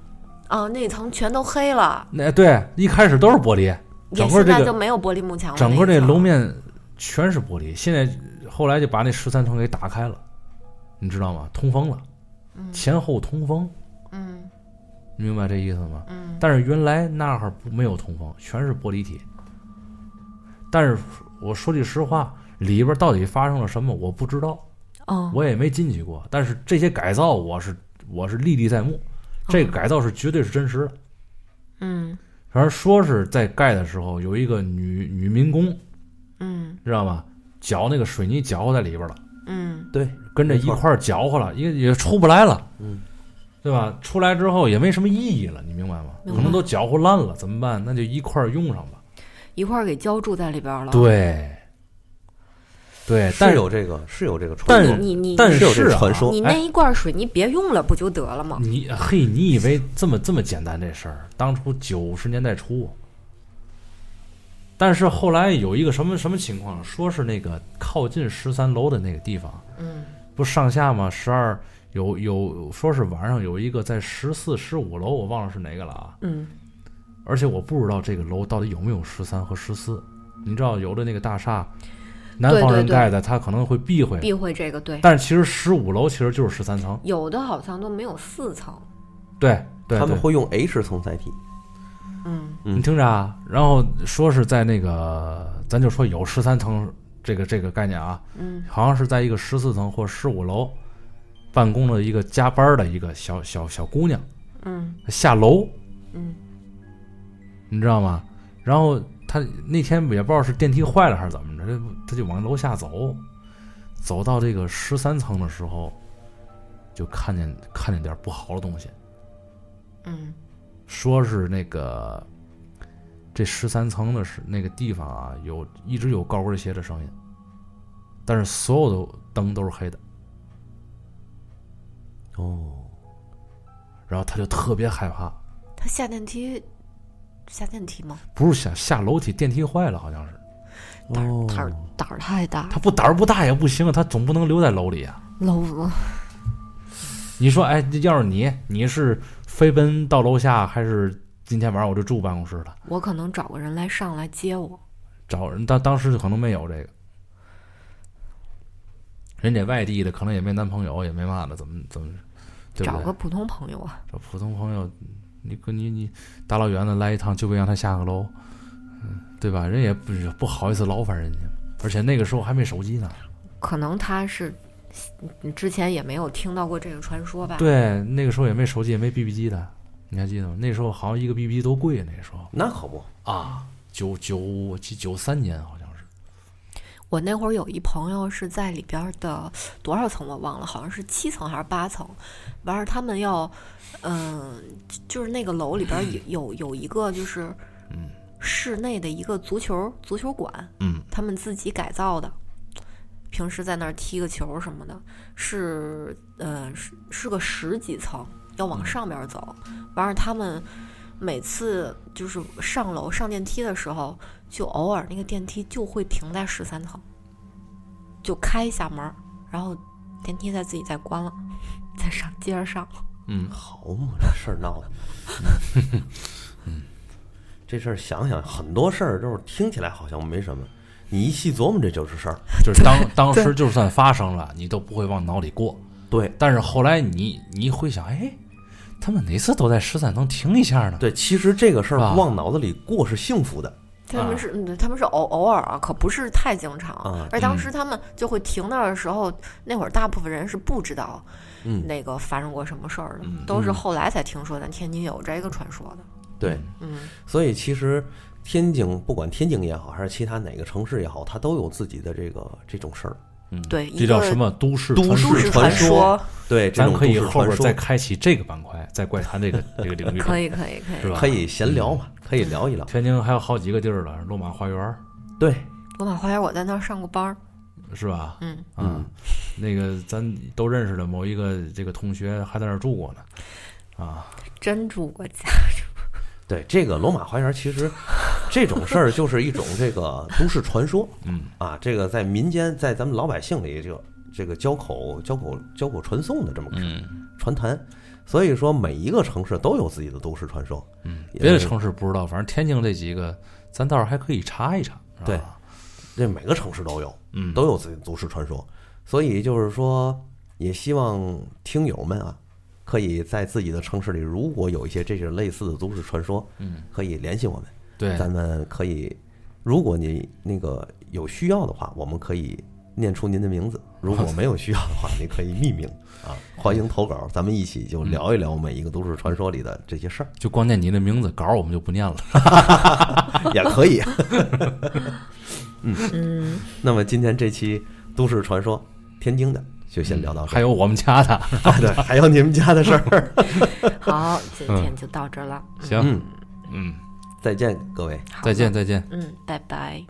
S3: 啊，那层全都黑了，
S2: 那对一开始都是玻璃，
S3: 也
S2: 整个
S3: 现
S2: 这
S3: 在
S2: 个
S3: 就没有玻璃幕墙了。
S2: 整个
S3: 那一
S2: 这
S3: 层
S2: 楼面全是玻璃。现在后来就把那十三层给打开了，你知道吗？通风了，
S3: 嗯
S2: 前后通风，
S3: 嗯
S2: 明白这意思吗？
S3: 嗯
S2: 但是原来那儿不没有通风，全是玻璃体。但是我说句实话，里边到底发生了什么我不知道，
S3: 哦，
S2: 我也没进去过。但是这些改造我是我是历历在目，
S3: 哦
S2: 这个改造是绝对是真实的。
S3: 嗯
S2: 反正说是在盖的时候，有一个女女民工，
S3: 嗯
S2: 知道吗？搅那个水泥搅和在里边了，
S3: 嗯
S1: 对，
S2: 跟着一块儿搅和了，也也出不来了，
S1: 嗯，
S2: 对吧？出来之后也没什么意义了，你明白吗？
S3: 明白
S2: 可能都搅和烂了，怎么办？那就一块儿用上吧。
S3: 一块儿给浇筑在里边了。，
S2: 对，对，但
S1: 是有这个是有这个传
S2: 但
S1: 说，
S3: 你你
S2: 但
S1: 是有这
S2: 是
S1: 个
S2: 啊
S1: 传说
S3: 你那一罐水泥别用了，不就得了吗？
S2: 你嘿，你以为这么这么简单这事儿？当初九十年代初，但是后来有一个什么什么情况，说是那个靠近十三楼的那个地方，
S3: 嗯
S2: 不是上下吗？十二有有说是晚上有一个在十四、十五楼，我忘了是哪个了啊。
S3: 嗯
S2: 而且我不知道这个楼到底有没有十三和十四。你知道，有的那个大厦，南方人
S3: 对对
S2: 盖的，他可能会避讳，
S3: 避讳这个对。
S2: 但是其实十五楼其实就是十三层。
S3: 有的好像都没有四层，
S2: 对对
S1: 他们
S2: 对，
S1: 会用 H 层载体，
S3: 嗯
S1: 嗯
S2: 你听着啊，然后说是在那个，咱就说有十三层这个这个概念啊，
S3: 嗯
S2: 好像是在一个十四层或十五楼办公的一个加班的一个小小小姑娘
S3: 嗯
S2: 下楼，
S3: 嗯，
S2: 你知道吗？然后她那天也不知道是电梯坏了还是怎么着，她就往楼下走，走到这个十三层的时候，就看见看见点不好的东西，
S3: 嗯
S2: 说是那个这十三层的是那个地方啊，有一直有高跟鞋的声音，但是所有的灯都是黑的，
S1: 哦，
S2: 然后他就特别害怕，
S3: 他下电梯下电梯吗？
S2: 不是想下楼梯，电梯坏了好像是，
S3: 胆儿
S1: 哦
S3: 胆儿胆儿太大
S2: 他，不胆儿不大也不行啊，他总不能留在楼里啊。
S3: 老子
S2: 你说，哎，要是你，你是飞奔到楼下，还是今天晚上我就住办公室了？
S3: 我可能找个人来上来接我。
S2: 找人当当时可能没有这个，人家外地的可能也没男朋友，也没嘛的，怎么怎么，对不
S3: 找
S2: 对？
S3: 个普通朋友啊，
S2: 这普通朋友，你跟你你大老远的来一趟，就为让他下个楼，嗯，对吧？人也不是不好意思劳烦人家，而且那个时候还没手机呢。
S3: 可能他是你之前也没有听到过这个传说吧？
S2: 对，那个时候也没手机，也没 BB 机的，你还记得吗？那时候好像一个 BB 机多贵啊，那时候
S1: 那可不，
S2: 啊，九九几九三年好像是，
S3: 我那会儿有一朋友是在里边儿的多少层我忘了，好像是七层还是八层。完事儿他们要，嗯，就是那个楼里边儿有有有一个就是，室内的一个足球足球馆，
S2: 嗯，
S3: 他们自己改造的，平时在那儿踢个球什么的，是呃是是个十几层，要往上边儿走。完了，他们每次就是上楼上电梯的时候，就偶尔那个电梯就会停在十三层，就开一下门儿，然后电梯再自己再关了， [LAUGHS] 再上接着上。
S2: 嗯，
S1: 好嘛，这事儿闹的。
S2: [LAUGHS]
S1: 这事儿想想，很多事儿就是听起来好像没什么，你一细琢磨，这就是事儿。
S2: 就是当当时就算发生了，你都不会往脑里过。
S1: 对
S2: 但是后来你你一回想，哎，他们哪次都在十三层停一下呢？
S1: 对，其实这个事儿
S2: 啊
S1: 不往脑子里过是幸福的。
S3: 他
S2: 啊
S3: 们是，嗯，他们是偶偶尔啊，可不是太经常。
S1: 啊
S3: 而当
S2: 嗯
S3: 时他们就会停那儿的时候，那会儿大部分人是不知道
S1: 嗯
S3: 那个发生过什么事儿的，
S2: 嗯
S3: 都是
S1: 嗯
S3: 后来才听说咱天津有这个传说的。
S1: 对，
S3: 嗯，
S1: 所以其实天津不管天津也好，还是其他哪个城市也好，它都有自己的这个这种事儿。
S2: 嗯，
S3: 对，
S2: 这
S3: 一
S2: 叫
S3: 个
S2: 什么都市
S1: 都
S2: 传
S1: 市
S2: 说
S3: 都市
S1: 传
S3: 说，
S1: 对，这
S2: 咱
S1: 种
S2: 可
S1: 都
S2: 以
S1: 市
S2: 后
S1: 传
S2: 边
S1: 说
S2: 再开启这个板块，在怪谈
S1: [LAUGHS]
S2: 这个这个领域里，
S3: 可以可以可
S2: 是
S3: 以。
S2: 吧？嗯
S1: 可。以闲聊嘛，可以聊一聊。
S2: 天津还有好几个地儿了，罗马花园儿
S1: 对，
S3: 罗马花园我在那儿上过班儿，
S2: 是吧？
S3: 嗯，
S2: 啊，那个咱都认识的某一个这个同学还在那儿住过呢，啊，
S3: 真住过家。
S1: 对，这个罗马花园其实这种事儿就是一种这个都市传说
S2: 嗯
S1: 啊，这个在民间，在咱们老百姓里就这个交口交口交口传颂的这么个
S2: 嗯
S1: 传谈。所以说，每一个城市都有自己的都市传说。
S2: 嗯，
S1: 也
S2: 别的城市不知道，反正天津这几个，咱倒是还可以查一查，是吧
S1: 对，这每个城市都有，
S2: 嗯，
S1: 都有自己的都市传说。所以就是说，也希望听友们啊，可以在自己的城市里，如果有一些这些类似的都市传说，
S2: 嗯，
S1: 可以联系我们，
S2: 对，
S1: 咱们可以，如果你那个有需要的话，我们可以念出您的名字；如果没有需要的话，你可以匿名啊，欢迎投稿，咱们一起就聊一聊每一个都市传说里的这些
S2: [LAUGHS]
S1: 事儿，
S2: 就光念你的名字稿儿我们就不念了，
S1: 也可以。
S3: 嗯，
S1: 那么今天这期都市传说天津的就先聊到这
S2: 还 [LAUGHS]
S1: 儿，
S2: 有我们
S1: [LAUGHS]
S2: 家的，
S1: 对，还有你们家的事儿。
S3: 好，今天就到这儿了，
S2: 行，
S1: 嗯，
S2: 嗯，
S1: 再见，各位。
S3: 好
S2: 再见
S3: 了，
S2: 再见。
S3: 嗯，拜拜。